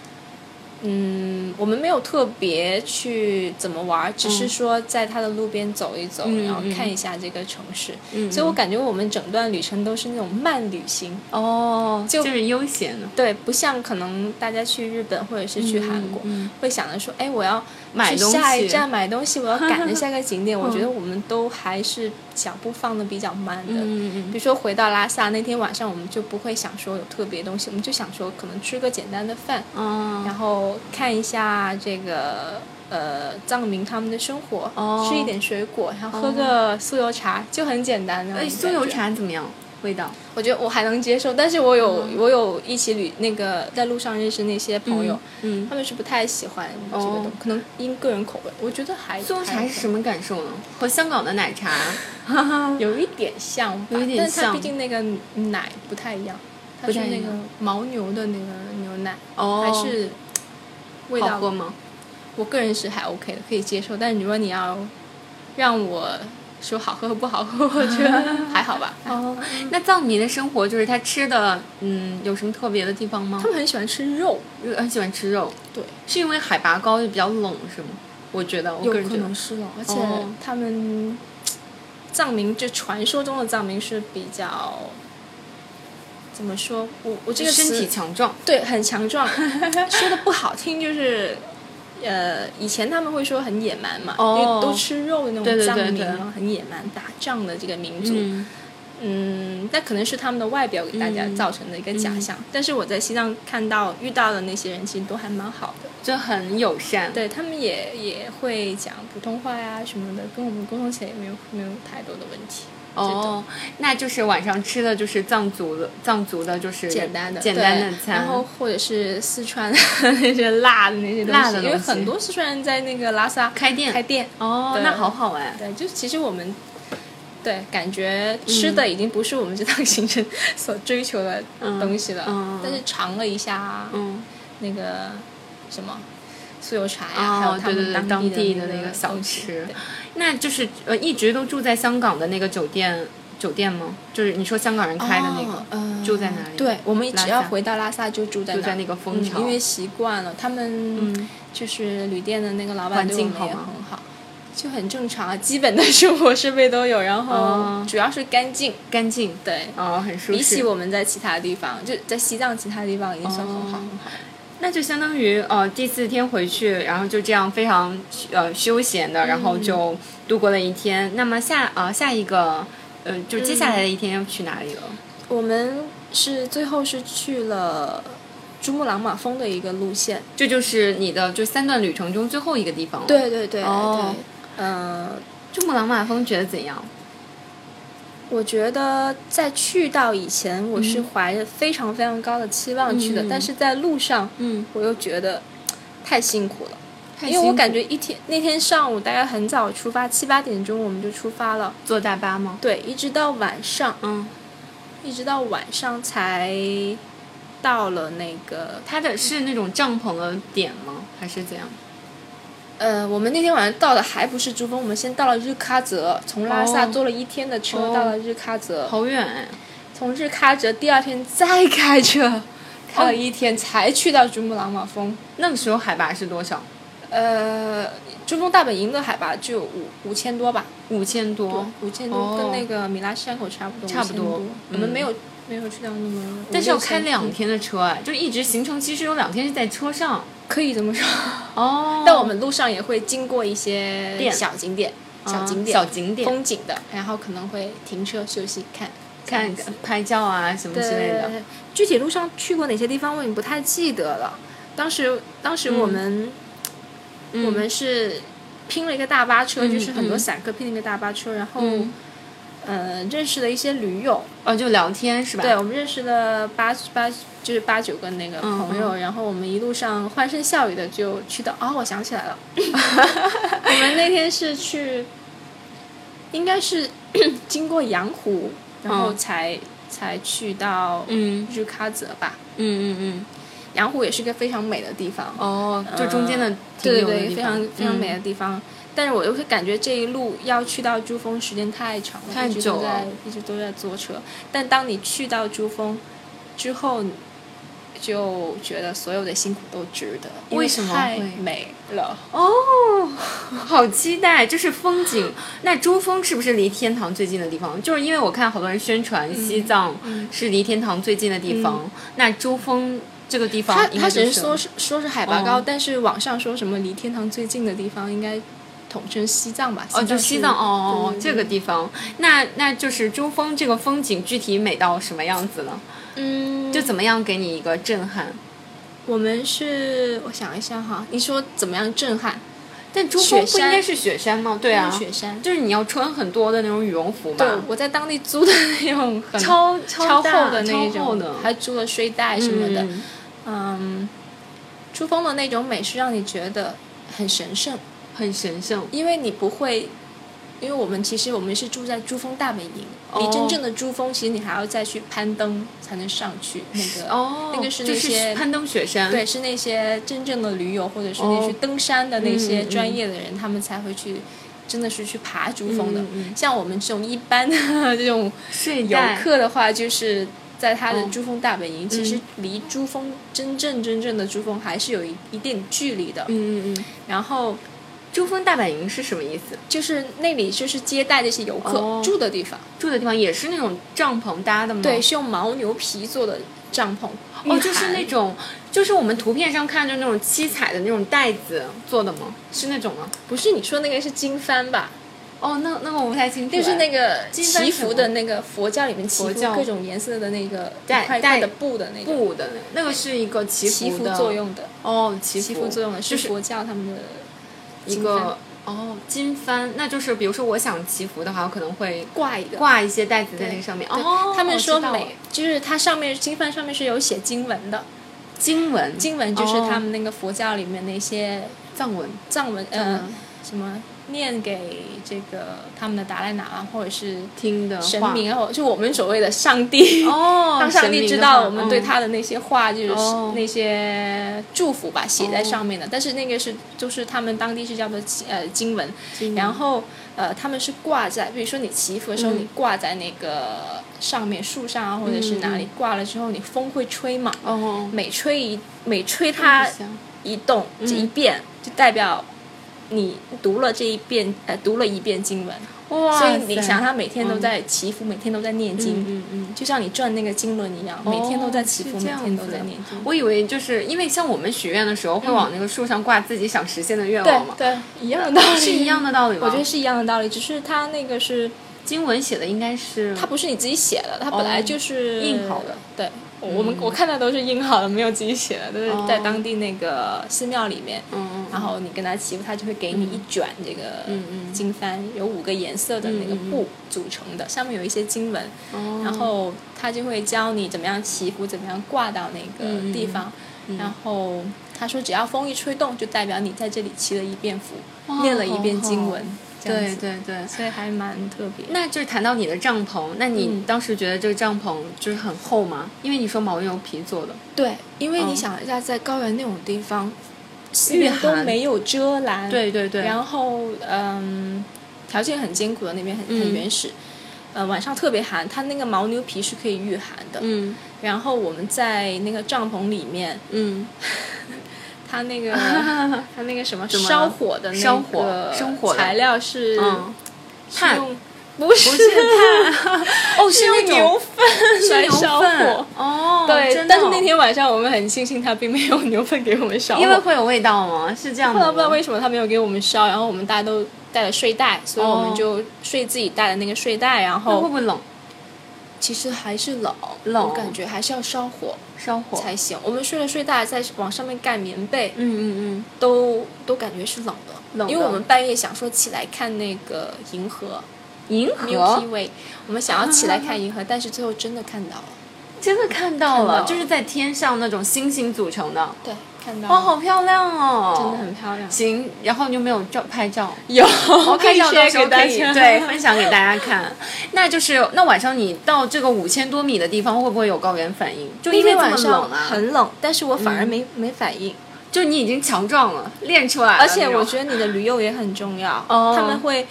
[SPEAKER 2] 嗯，我们没有特别去怎么玩，只是说在它的路边走一走，
[SPEAKER 1] 嗯
[SPEAKER 2] 然后
[SPEAKER 1] 嗯
[SPEAKER 2] 看一下这个城市。
[SPEAKER 1] 嗯
[SPEAKER 2] 所以我感觉我们整段旅程都是那种慢旅行，
[SPEAKER 1] 哦，
[SPEAKER 2] 就
[SPEAKER 1] 就是悠闲的，
[SPEAKER 2] 对，不像可能大家去日本或者是去韩国，
[SPEAKER 1] 嗯
[SPEAKER 2] 会想着说，哎，我要
[SPEAKER 1] 买
[SPEAKER 2] 去
[SPEAKER 1] 东西
[SPEAKER 2] 下一站买东西，我要赶着下个 景点。我觉得我们都还是脚步放的比较慢的。
[SPEAKER 1] 嗯
[SPEAKER 2] 比
[SPEAKER 1] 嗯
[SPEAKER 2] 如说回到拉萨那天晚上，我们就不会想说有特别东西，我们就想说可能吃个简单的饭，
[SPEAKER 1] 嗯，哦
[SPEAKER 2] 然后看一下这个呃藏民他们的生活，
[SPEAKER 1] 哦
[SPEAKER 2] 吃一点水果，然后喝个酥油茶，就很简单的。
[SPEAKER 1] 哎，酥油，茶怎么样？味道？
[SPEAKER 2] 我觉得我还能接受，但是我有、
[SPEAKER 1] 嗯
[SPEAKER 2] 我有一起旅那个在路上认识那些朋友，
[SPEAKER 1] 嗯，
[SPEAKER 2] 他们是不太喜欢这个
[SPEAKER 1] 哦
[SPEAKER 2] 东，可能因个人口味，我觉得还
[SPEAKER 1] 酥油茶
[SPEAKER 2] 还
[SPEAKER 1] 是什么感受呢？和香港的奶茶，
[SPEAKER 2] 有一点像吧，
[SPEAKER 1] 有一点
[SPEAKER 2] 但是它
[SPEAKER 1] 像
[SPEAKER 2] 毕竟那个奶不太一样，它
[SPEAKER 1] 不
[SPEAKER 2] 是
[SPEAKER 1] 太一
[SPEAKER 2] 那
[SPEAKER 1] 样
[SPEAKER 2] 个牦牛的那个牛奶，
[SPEAKER 1] 哦
[SPEAKER 2] 还是味
[SPEAKER 1] 好
[SPEAKER 2] 道
[SPEAKER 1] 喝吗？
[SPEAKER 2] 我个人是还 OK 的，可以接受。但如果你要让我说好喝和不好喝，我觉得还好吧。
[SPEAKER 1] 哦，那藏民的生活就是他吃的，嗯，有什么特别的地方吗
[SPEAKER 2] 他？们很喜欢吃肉，
[SPEAKER 1] 有很喜欢吃肉，
[SPEAKER 2] 对，
[SPEAKER 1] 是因为海拔高就比较冷是吗？我觉得，我
[SPEAKER 2] 有
[SPEAKER 1] 个人
[SPEAKER 2] 可
[SPEAKER 1] 觉得
[SPEAKER 2] 能，是哦，而且
[SPEAKER 1] 哦
[SPEAKER 2] 他们藏民就传说中的藏民是比较怎么说？我我这
[SPEAKER 1] 这
[SPEAKER 2] 个
[SPEAKER 1] 个身
[SPEAKER 2] 词
[SPEAKER 1] 体强壮，
[SPEAKER 2] 对很强 壮，说的不好听就是。呃，以前他们会说很野蛮嘛，
[SPEAKER 1] 哦
[SPEAKER 2] 因为都吃肉的那
[SPEAKER 1] 对对
[SPEAKER 2] 种
[SPEAKER 1] 对
[SPEAKER 2] 藏民，
[SPEAKER 1] 对
[SPEAKER 2] 然后很野蛮打仗的这个民族，嗯，那可能是他们的外表给大家
[SPEAKER 1] 嗯
[SPEAKER 2] 造成的一个假象。但是我在西藏看到遇到的那些人，其实都还蛮好的，
[SPEAKER 1] 就很友善。
[SPEAKER 2] 对他们也也会讲普通话呀什么的，跟我们沟通起来也没有没有太多的问题。
[SPEAKER 1] 哦，那就是晚上吃的就是藏族的，藏族的就是
[SPEAKER 2] 简单的
[SPEAKER 1] 简单的
[SPEAKER 2] 对
[SPEAKER 1] 餐，
[SPEAKER 2] 然后或者是四川 那些辣的那些东西，
[SPEAKER 1] 辣的东西
[SPEAKER 2] 因为很多四川人在那个拉萨
[SPEAKER 1] 开店
[SPEAKER 2] 开店，
[SPEAKER 1] 哦，
[SPEAKER 2] 对
[SPEAKER 1] 那好好哎，
[SPEAKER 2] 对，就其实我们对感觉
[SPEAKER 1] 嗯
[SPEAKER 2] 吃的已经不是我们这趟行程所追求的东西了，
[SPEAKER 1] 嗯嗯
[SPEAKER 2] 但是尝了一下啊
[SPEAKER 1] 嗯，
[SPEAKER 2] 那个什么酥油茶呀、
[SPEAKER 1] 哦
[SPEAKER 2] 还有他
[SPEAKER 1] 对对对
[SPEAKER 2] 们
[SPEAKER 1] 当地
[SPEAKER 2] 地
[SPEAKER 1] 的
[SPEAKER 2] 的
[SPEAKER 1] 那
[SPEAKER 2] 那
[SPEAKER 1] 个小
[SPEAKER 2] 东西
[SPEAKER 1] 吃
[SPEAKER 2] 对
[SPEAKER 1] 那就是呃一直都住在香港的那个酒店酒店吗？就是你说香港人开的那个
[SPEAKER 2] 哦，呃
[SPEAKER 1] 住在哪里
[SPEAKER 2] 对，我们
[SPEAKER 1] 拉
[SPEAKER 2] 只要
[SPEAKER 1] 萨
[SPEAKER 2] 回到拉萨就住在
[SPEAKER 1] 就在
[SPEAKER 2] 儿
[SPEAKER 1] 那个蜂
[SPEAKER 2] 嗯
[SPEAKER 1] 巢
[SPEAKER 2] 因为习惯了。他们
[SPEAKER 1] 嗯
[SPEAKER 2] 就是旅店的那个老板
[SPEAKER 1] 环
[SPEAKER 2] 对我
[SPEAKER 1] 境
[SPEAKER 2] 们
[SPEAKER 1] 好
[SPEAKER 2] 也
[SPEAKER 1] 吗
[SPEAKER 2] 很好，就很正常啊，基本的生活设备都有，然后
[SPEAKER 1] 哦
[SPEAKER 2] 主要是干净，
[SPEAKER 1] 干净
[SPEAKER 2] 对。
[SPEAKER 1] 哦，很舒适。
[SPEAKER 2] 比起我们在其他地方，就在西藏其他地方已经算很好
[SPEAKER 1] 哦
[SPEAKER 2] 很好。
[SPEAKER 1] 那就相当于呃第四天回去，然后就这样非常呃休闲的，然后
[SPEAKER 2] 嗯
[SPEAKER 1] 就度过了一天。那么下呃下一个呃就接下来的一天要去哪里了？
[SPEAKER 2] 我们是最后是去了珠穆朗玛峰的一个路线，
[SPEAKER 1] 这就是你的就三段旅程中最后一个地方了。
[SPEAKER 2] 对对对
[SPEAKER 1] 哦
[SPEAKER 2] 对，呃，
[SPEAKER 1] 珠穆朗玛峰觉得怎样？
[SPEAKER 2] 我觉得在去到以前，我是怀着非常非常高的期望去的，
[SPEAKER 1] 嗯
[SPEAKER 2] 但是在路上，
[SPEAKER 1] 嗯，
[SPEAKER 2] 我又觉得太辛苦了，
[SPEAKER 1] 因
[SPEAKER 2] 因为我感觉一天那天上午大概很早出发，七八点钟我们就出发了，
[SPEAKER 1] 坐大巴吗？
[SPEAKER 2] 对，一直到晚上，
[SPEAKER 1] 嗯，
[SPEAKER 2] 一直到晚上才到了那个，
[SPEAKER 1] 它的是那种帐篷的点吗？还是怎样？
[SPEAKER 2] 呃，我们那天晚上到的还不是珠峰，我们先到了日喀则，从拉萨
[SPEAKER 1] 哦
[SPEAKER 2] 坐了一天的车、
[SPEAKER 1] 哦
[SPEAKER 2] 到了日喀则，
[SPEAKER 1] 好远哎！
[SPEAKER 2] 从日喀则第二天再 开车，开了一天才去到珠穆朗玛峰。
[SPEAKER 1] 那个时候海拔是多少？
[SPEAKER 2] 呃，珠峰大本营的海拔就有五五千多吧，
[SPEAKER 1] 五千多。
[SPEAKER 2] 五千多、
[SPEAKER 1] 哦
[SPEAKER 2] 跟那个米拉山口差不多，
[SPEAKER 1] 差不
[SPEAKER 2] 5000多。
[SPEAKER 1] 多
[SPEAKER 2] 我们
[SPEAKER 1] 嗯
[SPEAKER 2] 没有没有去到那么，
[SPEAKER 1] 但是要
[SPEAKER 2] 5-6000
[SPEAKER 1] 开两，天的车哎，就一直行程其实有两天是在车上
[SPEAKER 2] 可以这么说。
[SPEAKER 1] 哦
[SPEAKER 2] 但我们路上也会经过一些
[SPEAKER 1] 店啊
[SPEAKER 2] 小景点、啊小景点、
[SPEAKER 1] 小景点
[SPEAKER 2] 风景的，然后可能会停车休息看。
[SPEAKER 1] 看拍照啊什么之类的。
[SPEAKER 2] 对，具体路上去过哪些地方，我已经不太记得了。当时，当时我们、
[SPEAKER 1] 嗯
[SPEAKER 2] 我们是拼了一个大巴车，
[SPEAKER 1] 嗯
[SPEAKER 2] 就是很多
[SPEAKER 1] 嗯
[SPEAKER 2] 散客拼了一个大巴车，然后、
[SPEAKER 1] 嗯
[SPEAKER 2] 呃认识了一些驴友，
[SPEAKER 1] 哦，就聊天是吧？
[SPEAKER 2] 对我们认识了八八就是八九个那个
[SPEAKER 1] 嗯
[SPEAKER 2] 朋友，然后我们一路上欢声笑语的就去到哦，我想起来 了，我们那天是去，应该是 经过羊湖，然后
[SPEAKER 1] 嗯
[SPEAKER 2] 才、才去到
[SPEAKER 1] 嗯
[SPEAKER 2] 日喀则吧。
[SPEAKER 1] 嗯嗯嗯。
[SPEAKER 2] 羊湖也是个非常美的地方，
[SPEAKER 1] 哦，就中间的停
[SPEAKER 2] 对
[SPEAKER 1] 留的
[SPEAKER 2] 啊对，
[SPEAKER 1] 地
[SPEAKER 2] 非
[SPEAKER 1] 方
[SPEAKER 2] 常非常美的
[SPEAKER 1] 嗯
[SPEAKER 2] 地方。但是我又会感觉这一路要去到珠峰时间太长了，
[SPEAKER 1] 太
[SPEAKER 2] 一直
[SPEAKER 1] 久
[SPEAKER 2] 都在
[SPEAKER 1] 了
[SPEAKER 2] 一直都在坐车。但当你去到珠峰之后，你就觉得所有的辛苦都值得，因
[SPEAKER 1] 为什么
[SPEAKER 2] 太
[SPEAKER 1] 会
[SPEAKER 2] 美了？
[SPEAKER 1] 哦，好期待！就是风景。那珠峰是不是离天堂最近的地方？就是因为我看好多人宣传西藏
[SPEAKER 2] 嗯
[SPEAKER 1] 是离天堂最近的地方，那珠峰这个地方
[SPEAKER 2] 他
[SPEAKER 1] 应
[SPEAKER 2] 他
[SPEAKER 1] 该就
[SPEAKER 2] 只
[SPEAKER 1] 是
[SPEAKER 2] 说嗯是说是海拔高，
[SPEAKER 1] 哦
[SPEAKER 2] 但是网上说什么离天堂最近的地方应该统称西藏吧？
[SPEAKER 1] 哦，就是西藏哦，
[SPEAKER 2] 对对
[SPEAKER 1] 这个地方，那那就是珠峰这个风景具体美到什么样子呢？
[SPEAKER 2] 嗯，
[SPEAKER 1] 就怎么样给你一个震撼？
[SPEAKER 2] 我们是我想一下哈，你说怎么样震撼？
[SPEAKER 1] 但珠峰不
[SPEAKER 2] 雪
[SPEAKER 1] 应
[SPEAKER 2] 山
[SPEAKER 1] 该是雪山吗？对啊，
[SPEAKER 2] 雪山。
[SPEAKER 1] 就是你要穿很多的那种羽绒服
[SPEAKER 2] 对
[SPEAKER 1] 嘛，，
[SPEAKER 2] 我在当地租的那种很
[SPEAKER 1] 超
[SPEAKER 2] 超
[SPEAKER 1] 大
[SPEAKER 2] 厚的那一
[SPEAKER 1] 超厚
[SPEAKER 2] 种
[SPEAKER 1] 的，
[SPEAKER 2] 还租了睡袋什么的。
[SPEAKER 1] 嗯
[SPEAKER 2] 嗯，珠峰的那种美是让你觉得很神圣，
[SPEAKER 1] 很神圣。
[SPEAKER 2] 因为你不会，因为我们其实我们是住在珠峰大本营，
[SPEAKER 1] 哦
[SPEAKER 2] 离真正的珠峰其实你还要再去攀登才能上去那个。
[SPEAKER 1] 哦，
[SPEAKER 2] 那个是
[SPEAKER 1] 就
[SPEAKER 2] 那些
[SPEAKER 1] 攀登雪山，
[SPEAKER 2] 对，是那些真正的驴友，或者是
[SPEAKER 1] 哦
[SPEAKER 2] 那去登山的那些
[SPEAKER 1] 嗯嗯嗯
[SPEAKER 2] 专业的人，他们才会去真的是去爬珠峰的。
[SPEAKER 1] 嗯嗯
[SPEAKER 2] 像我们这种一般的 这种
[SPEAKER 1] 睡
[SPEAKER 2] 游
[SPEAKER 1] 袋
[SPEAKER 2] 客的话，就是在他的
[SPEAKER 1] 哦
[SPEAKER 2] 珠峰大本营，其实
[SPEAKER 1] 嗯
[SPEAKER 2] 离珠峰真正真正的珠峰还是有一一定距离的。
[SPEAKER 1] 嗯嗯嗯，
[SPEAKER 2] 然后
[SPEAKER 1] 珠峰大本营是什么意思？
[SPEAKER 2] 就是那里就是接待这些游
[SPEAKER 1] 哦
[SPEAKER 2] 客住的地方，
[SPEAKER 1] 住的地方也是那种帐篷搭的吗？
[SPEAKER 2] 对，，是用牦牛皮做的帐篷。
[SPEAKER 1] 哦，
[SPEAKER 2] 御
[SPEAKER 1] 就是
[SPEAKER 2] 寒
[SPEAKER 1] 那种，就是我们图片上看着那种七彩的那种袋子做的吗？是那种吗？
[SPEAKER 2] 不是你说那个是经幡吧？
[SPEAKER 1] 哦，那那个我不太清楚哎。
[SPEAKER 2] 就是那个
[SPEAKER 1] 经幡
[SPEAKER 2] 祈福
[SPEAKER 1] 什
[SPEAKER 2] 的
[SPEAKER 1] 么
[SPEAKER 2] 那个佛教里面祈
[SPEAKER 1] 佛
[SPEAKER 2] 福
[SPEAKER 1] 教
[SPEAKER 2] 各种颜色的那个一
[SPEAKER 1] 带
[SPEAKER 2] 块一
[SPEAKER 1] 带
[SPEAKER 2] 块的布的那个
[SPEAKER 1] 布的，那个是一个祈
[SPEAKER 2] 祈福
[SPEAKER 1] 的
[SPEAKER 2] 作用的，
[SPEAKER 1] 哦，祈
[SPEAKER 2] 祈福作用的
[SPEAKER 1] 就是是
[SPEAKER 2] 佛教他们的
[SPEAKER 1] 一个哦金幡，那就是比如说我想祈福的话，我可能会
[SPEAKER 2] 挂一个。
[SPEAKER 1] 挂一些袋子在那个上面。
[SPEAKER 2] 对
[SPEAKER 1] 哦，
[SPEAKER 2] 他们说
[SPEAKER 1] 我知道
[SPEAKER 2] 每就是它上面经幡上面是有写经文的，
[SPEAKER 1] 经文、
[SPEAKER 2] 经文就是
[SPEAKER 1] 哦
[SPEAKER 2] 他们那个佛教里面那些
[SPEAKER 1] 藏文，
[SPEAKER 2] 藏文，
[SPEAKER 1] 嗯
[SPEAKER 2] 呃，，什么念给这个他们的达赖喇嘛或者是
[SPEAKER 1] 听的
[SPEAKER 2] 神
[SPEAKER 1] 话
[SPEAKER 2] 明，或者就我们所谓的上帝，
[SPEAKER 1] 哦，
[SPEAKER 2] 让上帝知道我们对
[SPEAKER 1] 神
[SPEAKER 2] 他的嗯那些话，就是
[SPEAKER 1] 哦
[SPEAKER 2] 那些祝福吧，写在上面的。但是那个是就是他们当地是叫做祈呃经文，
[SPEAKER 1] 明的话，
[SPEAKER 2] 然后呃他们是挂在，比如说你祈福的时候，你挂在那个上面树上啊，或者是哪里挂了之后，你风会吹嘛，
[SPEAKER 1] 嗯哦，
[SPEAKER 2] 每吹一每吹它
[SPEAKER 1] 香
[SPEAKER 2] 一动这一遍，就代表你读了这一遍呃读了一遍经文，
[SPEAKER 1] 哇
[SPEAKER 2] 所
[SPEAKER 1] 塞，
[SPEAKER 2] 以你想他每天都在祈福，每天都在念经。
[SPEAKER 1] 嗯嗯嗯。
[SPEAKER 2] 就像你转那个经轮一样，
[SPEAKER 1] 哦
[SPEAKER 2] 每天都在祈福，
[SPEAKER 1] 是这
[SPEAKER 2] 每
[SPEAKER 1] 样子
[SPEAKER 2] 天都在念经。
[SPEAKER 1] 我以为就是因为像我们许愿的时候会往那个树上挂自己想实现的愿望嘛
[SPEAKER 2] 嗯对，对，一样的道理，
[SPEAKER 1] 哦是一样的道理吗？
[SPEAKER 2] 我觉得是一样的道理，只是它那个是
[SPEAKER 1] 经文写的应该是
[SPEAKER 2] 它不是你自己写的，它本来就是、
[SPEAKER 1] 印好的。
[SPEAKER 2] 对，我我们、我看到都是印好的，没有自己写的，都
[SPEAKER 1] 哦
[SPEAKER 2] 是在当地那个寺庙里面。
[SPEAKER 1] 嗯嗯
[SPEAKER 2] 然后你跟他祈福，他就会给你一卷这个
[SPEAKER 1] 嗯嗯
[SPEAKER 2] 经幡，有五个颜色的那个
[SPEAKER 1] 嗯嗯嗯
[SPEAKER 2] 布组成的，上面有一些经文，
[SPEAKER 1] 哦
[SPEAKER 2] 然后他就会教你怎么样祈福，怎么样挂到那个地方。然后他说，只要风一吹动，就代表你在这里祈了一遍福，
[SPEAKER 1] 哇
[SPEAKER 2] 念了一遍经文
[SPEAKER 1] 好好，
[SPEAKER 2] 这样
[SPEAKER 1] 对
[SPEAKER 2] 子，
[SPEAKER 1] 哦对对。
[SPEAKER 2] 哦所以还蛮特别。
[SPEAKER 1] 那就是谈到你的帐篷，那你
[SPEAKER 2] 嗯
[SPEAKER 1] 当时觉得这个帐篷就是很厚吗？因为你说牦牛皮做的，
[SPEAKER 2] 对，因为
[SPEAKER 1] 嗯
[SPEAKER 2] 你想一下，在高原那种地方，四
[SPEAKER 1] 御
[SPEAKER 2] 面都
[SPEAKER 1] 寒
[SPEAKER 2] 没有遮拦，
[SPEAKER 1] 对对对，
[SPEAKER 2] 然后嗯，条件很艰苦的，那边很
[SPEAKER 1] 嗯
[SPEAKER 2] 很原始。呃，晚上特别寒，它那个牦牛皮是可以御寒的。
[SPEAKER 1] 嗯
[SPEAKER 2] 然后我们在那个帐篷里面，
[SPEAKER 1] 嗯，
[SPEAKER 2] 它 那个它那个什么
[SPEAKER 1] 怎么了
[SPEAKER 2] 烧火的那
[SPEAKER 1] 烧火
[SPEAKER 2] 个
[SPEAKER 1] 生火的
[SPEAKER 2] 材料是
[SPEAKER 1] 嗯
[SPEAKER 2] 是
[SPEAKER 1] 炭
[SPEAKER 2] 用不是
[SPEAKER 1] 不是炭， 哦，
[SPEAKER 2] 是
[SPEAKER 1] 那
[SPEAKER 2] 用
[SPEAKER 1] 种
[SPEAKER 2] 牛粪
[SPEAKER 1] 是
[SPEAKER 2] 来
[SPEAKER 1] 牛
[SPEAKER 2] 烧
[SPEAKER 1] 粪
[SPEAKER 2] 火。
[SPEAKER 1] 哦，
[SPEAKER 2] 对，
[SPEAKER 1] 真的
[SPEAKER 2] 但是
[SPEAKER 1] 哦
[SPEAKER 2] 那天晚上我们很庆幸它并没有牛粪给我们烧火，
[SPEAKER 1] 因为会有味道吗？是这样
[SPEAKER 2] 后
[SPEAKER 1] 的
[SPEAKER 2] 来
[SPEAKER 1] 吗，
[SPEAKER 2] 不知道为什么他没有给我们烧，然后我们大家都带了睡袋，所以我
[SPEAKER 1] 哦
[SPEAKER 2] 们就睡自己带的那个睡袋，然
[SPEAKER 1] 那会
[SPEAKER 2] 后
[SPEAKER 1] 不会冷？
[SPEAKER 2] 其实还是冷，
[SPEAKER 1] 冷
[SPEAKER 2] 我感觉还是要烧火
[SPEAKER 1] 烧火？
[SPEAKER 2] 才行。我们睡了睡袋，再往上面盖棉被，
[SPEAKER 1] 嗯嗯
[SPEAKER 2] 都都感觉是冷的，
[SPEAKER 1] 冷的
[SPEAKER 2] 因为我们半夜想说起来看那个银河
[SPEAKER 1] 嗯，银
[SPEAKER 2] Milky
[SPEAKER 1] 河
[SPEAKER 2] Way，我们想要起来看银河，但是最后真的看到了，
[SPEAKER 1] 真的看到
[SPEAKER 2] 看到
[SPEAKER 1] 了，
[SPEAKER 2] 了
[SPEAKER 1] 就是在天上那种星星组成的，
[SPEAKER 2] 对，看到
[SPEAKER 1] 哇，
[SPEAKER 2] 了，
[SPEAKER 1] 好漂亮哦！
[SPEAKER 2] 真的很漂亮。
[SPEAKER 1] 行，然后你有没有照拍照？
[SPEAKER 2] 有，
[SPEAKER 1] 我
[SPEAKER 2] 我
[SPEAKER 1] 拍照到时候可以对分
[SPEAKER 2] 享。
[SPEAKER 1] 享给大家看。那就是那晚上你到这个五千多米的地方，会不会有高原反应？就因为
[SPEAKER 2] 天
[SPEAKER 1] 这么
[SPEAKER 2] 晚上嗯
[SPEAKER 1] 冷啊，
[SPEAKER 2] 很冷，但是我反而没没反应。
[SPEAKER 1] 就你已经强壮了，练出来了那
[SPEAKER 2] 而
[SPEAKER 1] 种。
[SPEAKER 2] 且我觉得你的驴友也很重要，
[SPEAKER 1] 啊哦
[SPEAKER 2] 他们会